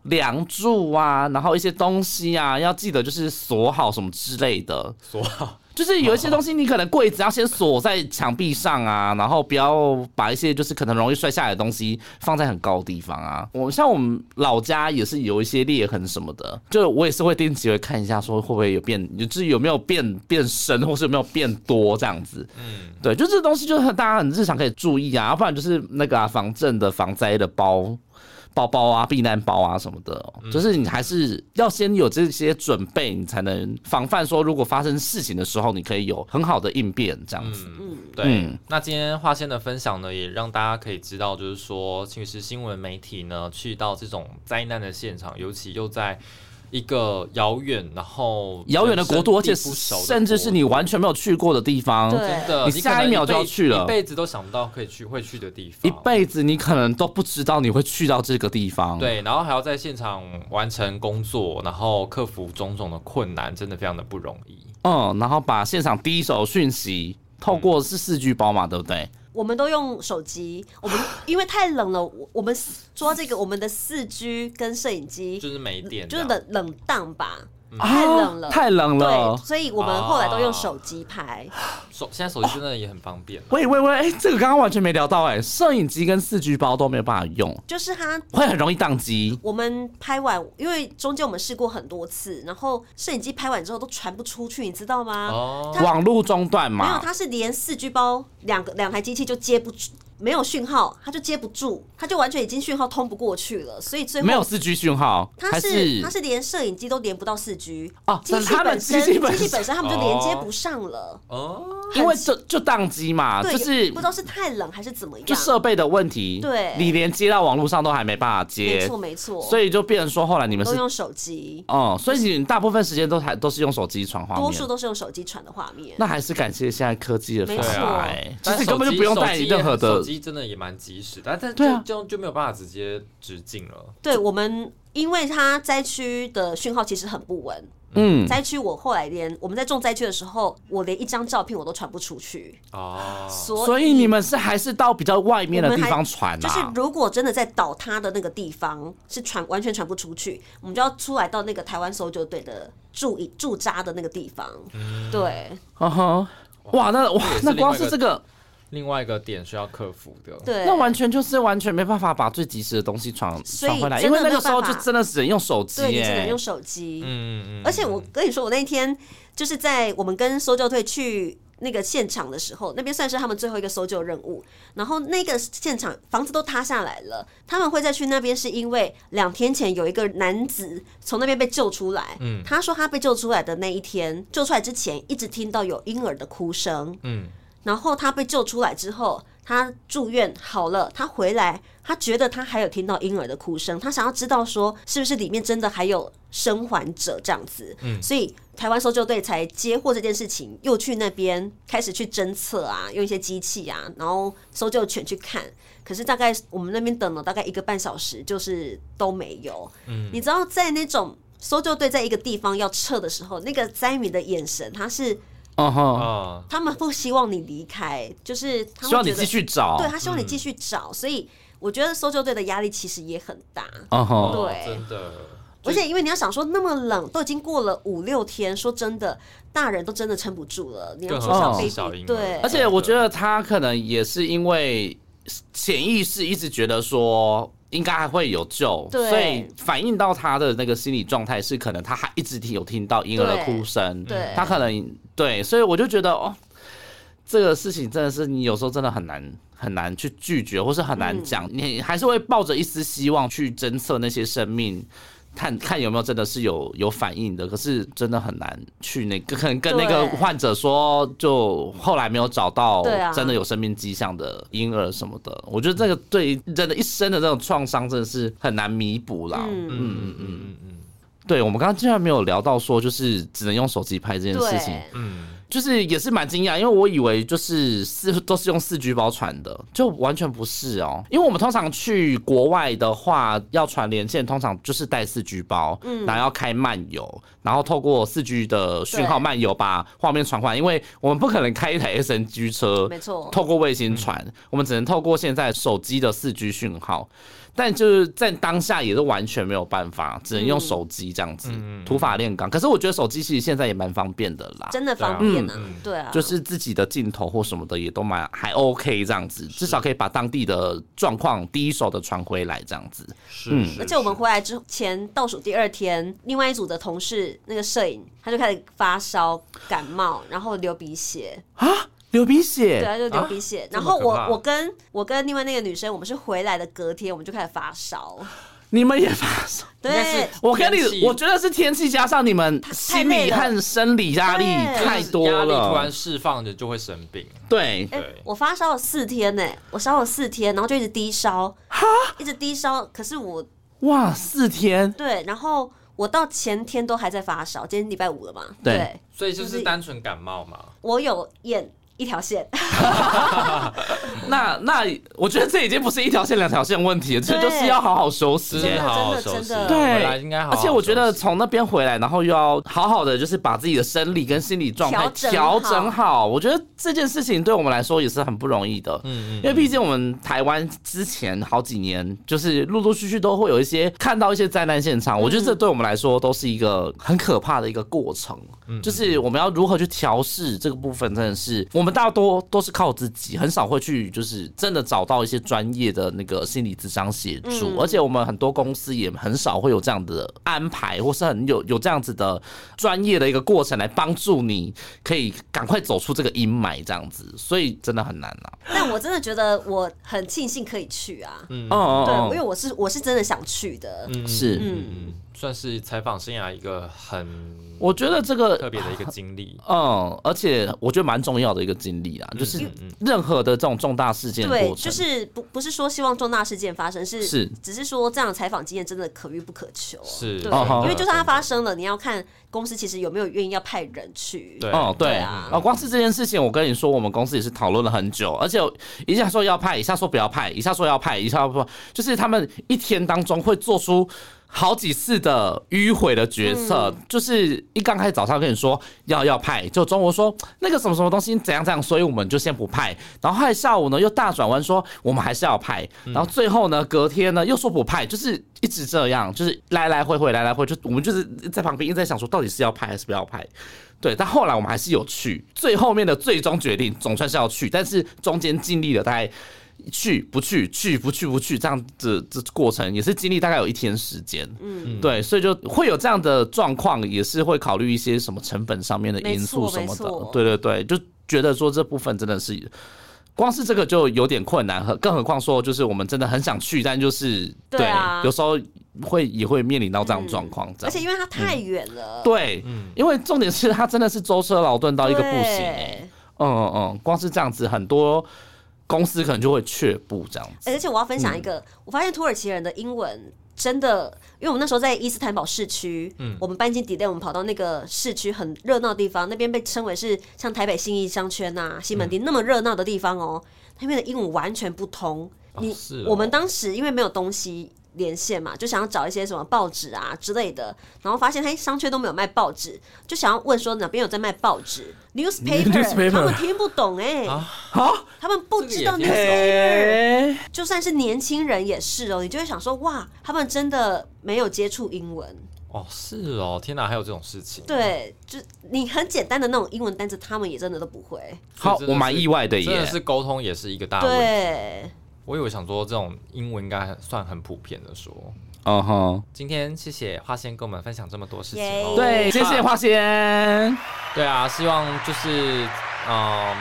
梁柱啊，然后一些东西啊，要记得就是锁好什么之类的，锁好，就是有一些东西你可能柜子要先锁在墙壁上啊，然后不要把一些就是可能容易摔下来的东西放在很高的地方啊。我像我们老家也是有一些裂痕什么的，就是我也是会定期会看一下，说会不会有变，就是有没有变变深，或是有没有变多这样子。嗯，对，就这东西就是大家很日常可以注意啊，要不然就是那个啊防震的、防灾的包。包包啊、避难包啊什么的哦、嗯就是你还是要先有这些准备，你才能防范说，如果发生事情的时候，你可以有很好的应变这样子。对，嗯那今天华仙的分享呢，也让大家可以知道，就是说，其实新闻媒体呢，去到这种灾难的现场，尤其又在一个遥远，然后遥远的国度，而且人生地不熟的甚至是你国完全没有去过的地方，对度真的，你可下一能秒就要辈去了一辈子都想不到可以去会去的地方，一辈子你可能都不知道你会去到这个地方。，对，然后还要在现场完成工作，然后克服种种的困难，真的非常的不容易。嗯，然后把现场第一手讯息透过是四句包嘛，对不对？我们都用手机，我们因为太冷了，我我们说到这个，我们的四 G 跟摄影机就是没电这就样，是冷冷淡吧，嗯啊太冷了，太冷了哦对，。所以我们后来都用手机拍。手现在手机真的也很方便。喂喂喂，哎、这个刚刚完全没聊到哎、摄影机跟四句包都没有办法用，就是他会很容易宕机。我们拍完，因为中间我们试过很多次，然后摄影机拍完之后都传不出去，你知道吗？哦，网络中断没有，嘛，它是连四 G 包两个两台机器就接不住，没有讯号，它就接不住，它就完全已经讯号通不过去了，所以最后没有四 G 讯号，它还是它是连摄影机都连不到四 G 哦机器它的本身机器本器本身他们就连接哦不上了，哦，因为就就宕机嘛，对，就是不知道是太冷还是怎么样，就设备的问题，对你连接到网络上都还没办法没接错，没错，所以就变成说后来你们都是。用手机，哦、所以你大部分时间都还都是用手机传画多面，数都是用手机传的画面。那还是感谢现在科技的没发错达、哎，其但实是根本就不用带任何啊手的，机真的也蛮及时，但但对啊就就就没有办法直接直径了。对我们，因为它灾区的讯号其实很不稳。嗯，灾区我后来连我们在种灾区的时候，我连一张照片我都传不出去，哦，所所以你们是还是到比较外面的我地们还方传就是啊，如果真的在倒塌的那个地方是传完全传不出去，我们就要出来到那个台湾搜救队的驻营驻扎的那个地方。对嗯哼，哇，那哇也是那光另外一是个这个，另外一个点是要克服的。对，那完全就是完全没办法把最及时的东西传所以传回来，因真为的那个没有时候办就法真的只能用手机、耶。对你只能用手机。嗯，嗯嗯，而且我跟你说，我那天就是在我们跟搜救队去那个现场的时候，那边算是他们最后一个搜救任务。然后那个现场房子都塌下来了，他们会再去那边是因为两天前有一个男子从那边被救出来。嗯，他说他被救出来的那一天，救出来之前一直听到有婴儿的哭声。嗯，然后他被救出来之后，他住院好了，他回来，他觉得他还有听到婴儿的哭声，他想要知道说是不是里面真的还有生还者这样子，所以台湾搜救队才接获这件事情，又去那边开始去侦测啊，用一些机器啊，然后搜救犬去看。可是大概我们那边等了大概一个半小时，就是都没有。你知道在那种搜救队在一个地方要撤的时候，那个灾民的眼神，他是嗯哼，哦啊，他们不希望你离开，就是他会希望你觉得继续找。对他希望你继续找，所以我觉得搜救队的压力其实也很大。嗯哼，哦对真的，而且因为你要想说，那么冷，都已经过了五六天，说真的，大人都真的撑不住了。你要更说何小况是小 baby，婴儿对而，且我觉得他可能也是因为潜意识一直觉得说。应该还会有救，对所以反映到他的那个心理状态是，可能他还一直听有听到婴儿的哭声，对对他可能对，所以我就觉得哦，这个事情真的是你有时候真的很难很难去拒绝，或是很难嗯讲，你还是会抱着一丝希望去侦测那些生命。看看有没有真的是有有反应的，可是真的很难去那个，可能跟那个对患者说，就后来没有找到对啊真的有生命迹象的婴儿什么的，我觉得这个对于人的一生的这种创伤真的是很难弥补啦。嗯，嗯嗯嗯嗯对，我们刚刚竟然没有聊到说，就是只能用手机拍这件事情对，，嗯，就是也是蛮惊讶，因为我以为就是四都是用四 G 包传的，就完全不是哦。因为我们通常去国外的话，要传连线，通常就是带四 G 包，嗯然后要开漫游，然后透过四 G 的讯号对漫游把画面传回来，因为我们不可能开一台 SNG 车，没错透过卫星传，我们只能透过现在手机的四 G 讯号。但就是在当下也是完全没有办法，只嗯能用手机这样子、土法炼钢。可是我觉得手机其实现在也蛮方便的啦，真的对啊方便啊，对啊，就是自己的镜头或什么的也都蛮还 OK 这样子，至少可以把当地的状况第一手的传回来这样子。是嗯是而且我们回来之前倒数第二天，另外一组的同事那个摄影他就开始发烧、感冒，然后流鼻血，流鼻对血，啊，就流鼻血。这然么后可我怕我跟我跟另外那个女生，我们是回来的隔天，我们就开始发烧。你们也发烧？该是对， 我跟天你，气我觉得是天气加上你们心理和生理压力对太多压力突了然，释放着就会生病，对，哎、对我发烧了四天呢、我烧了四天，然后就一直低烧，一直低烧。可是我哇，四天，对，然后我到前天都还在发烧，今天礼拜五了嘛，对所以就就是是单纯感冒嘛。我有验一条线， 那那我觉得这已经不是一条线两条线问题了，这对就是要好好休息时真间的欸。好好真的休息，真的对回来应该好好而休息。且我觉得从那边回来，然后又要好好的，就是把自己的生理跟心理状态调整调好整好。我觉得这件事情对我们来说也是很不容易的。嗯，嗯因为毕竟我们台湾之前好几年，就是陆陆续续都会有一些看到一些灾难现嗯场，我觉得这对我们来说都是一个很可怕的一个过程。嗯就是我们要如何去调试这个部分，真的是我们大多都是靠自己，很少会去就是真的找到一些专业的那个心理咨商协助，嗯而且我们很多公司也很少会有这样的安排，或是很有有这样子的专业的一个过程来帮助你可以赶快走出这个阴霾这样子，所以真的很难啊。但我真的觉得我很庆幸可以去啊，嗯嗯对，因为我是我是真的想去的，是，嗯，嗯算是采访生涯一个很我觉得这特个。别的一个经历。嗯，而且我觉得蛮重要的一个经历啦，就是任何的这种重大事件的对，过程，就是不不是说希望重大事件发生，是是只是说这样的采访经验真的可遇不可求啊，是对，哦哦因为就算它发生了，你要看公司其实有没有愿意要派人去，对哦，对对啊哦，光是这件事情，我跟你说，我们公司也是讨论了很久，而且一下说要派，一下说不要派，一下说要派，一下不，就是他们一天当中会做出。好几次的迂回的决策，就是一刚开始早上跟你说要要派，就中午说那个什么什么东西怎样怎样，所以我们就先不派。然后后来下午呢又大转弯说我们还是要派，然后最后呢隔天呢又说不派，就是一直这样，就是来来回回来来回，就我们就是在旁边一直在想说到底是要派还是不要派。对，但后来我们还是有去，最后面的最终决定总算是要去，但是中间经历了大概去不去、去不去不去这样子这过程，也是经历大概有一天时间。嗯，对，所以就会有这样的状况，也是会考虑一些什么成本上面的因素没错什么没的错。对对对，就觉得说这部分真的是。光是这个就有点困难，和更何况说就是我们真的很想去，但就是对啊有时候会也会面临到这样的状况、这样而且因为它太嗯远了，对，因为重点是他真的是舟车劳顿到一个不对行哎、嗯嗯嗯，光是这样子，很多公司可能就会却步这样子。而且我要分享一嗯个，我发现土耳其人的英文真的，因为我们那时候在伊斯坦堡市区，嗯我们搬进 delay，我们跑到那个市区很热闹的地方，那边被称为是像台北信义商圈嗯呐、西门町那么热闹的地方哦，那边的英文完全不通。你、是哦我们当时因为没有东西。连线嘛，就想要找一些什么报纸啊之类的，然后发现嘿商圈都没有卖报纸，就想要问说哪边有在卖报 纸 Newspaper 他们听不懂哎、他们不知道啊这个 newspaper，、也哎，就算是年轻人也是哦，你就会想说，哇，他们真的没有接触英文，哦，是哦，天哪，还有这种事情，对，就你很简单的那种英文单词，他们也真的都不会，所以好真的是，我蛮意外的真耶的。是沟通也是一个大问题。对，我以为想说这种英文应该算很普遍的说。嗯哼，今天谢谢花仙跟我们分享这么多事情哦。耶对，谢谢花仙。对啊，希望就是嗯，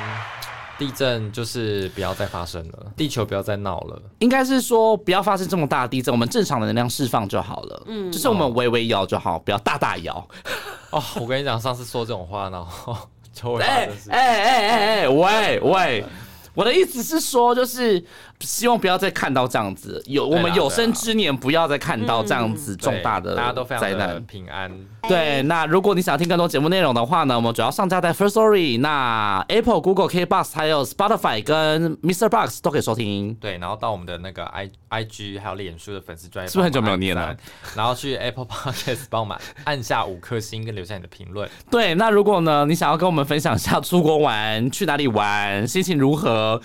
地震就是不要再发生了，地球不要再闹了。应该是说不要发生这么大的地震，我们正常的能量释放就好了。嗯，就是我们微微摇就好，不要大大摇。 哦，我跟你讲，上次说这种话，然后就会发哎生 事。哎哎哎哎，喂喂，我的意思是说，就是希望不要再看到这样子，有我对啦们有生之年不要再看到这样子对重大的大家都非常灾的难。平安。对，那如果你想要听更多节目内容的话呢，我们主要上架在 First Story，那 Apple、Google、KBox 还有 Spotify 跟 Mr. Box 都可以收听。对，然后到我们的那个 i i g 还有脸书的粉丝专业，是不是很久没有念啊了？然后去 Apple Podcast 帮我们按下五颗星，跟留下你的评论。对，那如果呢，你想要跟我们分享一下出国玩去哪里玩，心情如何？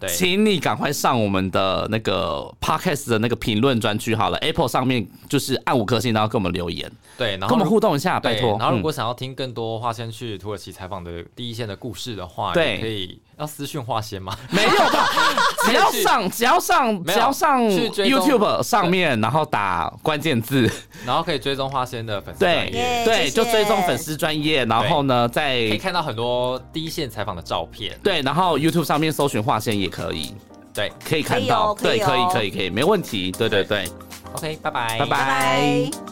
对请你赶快上我们的那个 podcast 的那个评论专区好了，Apple 上面就是按五颗星，然后跟我们留言，对，然跟后我们如互动一下，拜对托。然后如嗯果想要听更多华先去土耳其采访的第一线的故事的话，对也可以要私讯华先吗？没有 吧，只要上只要上没只有要上去追踪 YouTube 上面，然后打关键字，然后可以追踪华先的粉丝专对页，耶对，谢谢就追踪粉丝专业，然后呢可以在。看到很多第一线采访的照片。对，然后 YouTube 上面搜寻划线也可以，对可以看可以哦到，可对，以可以哦，可以，可以，没问题，对对对， ，OK，拜拜，拜拜拜。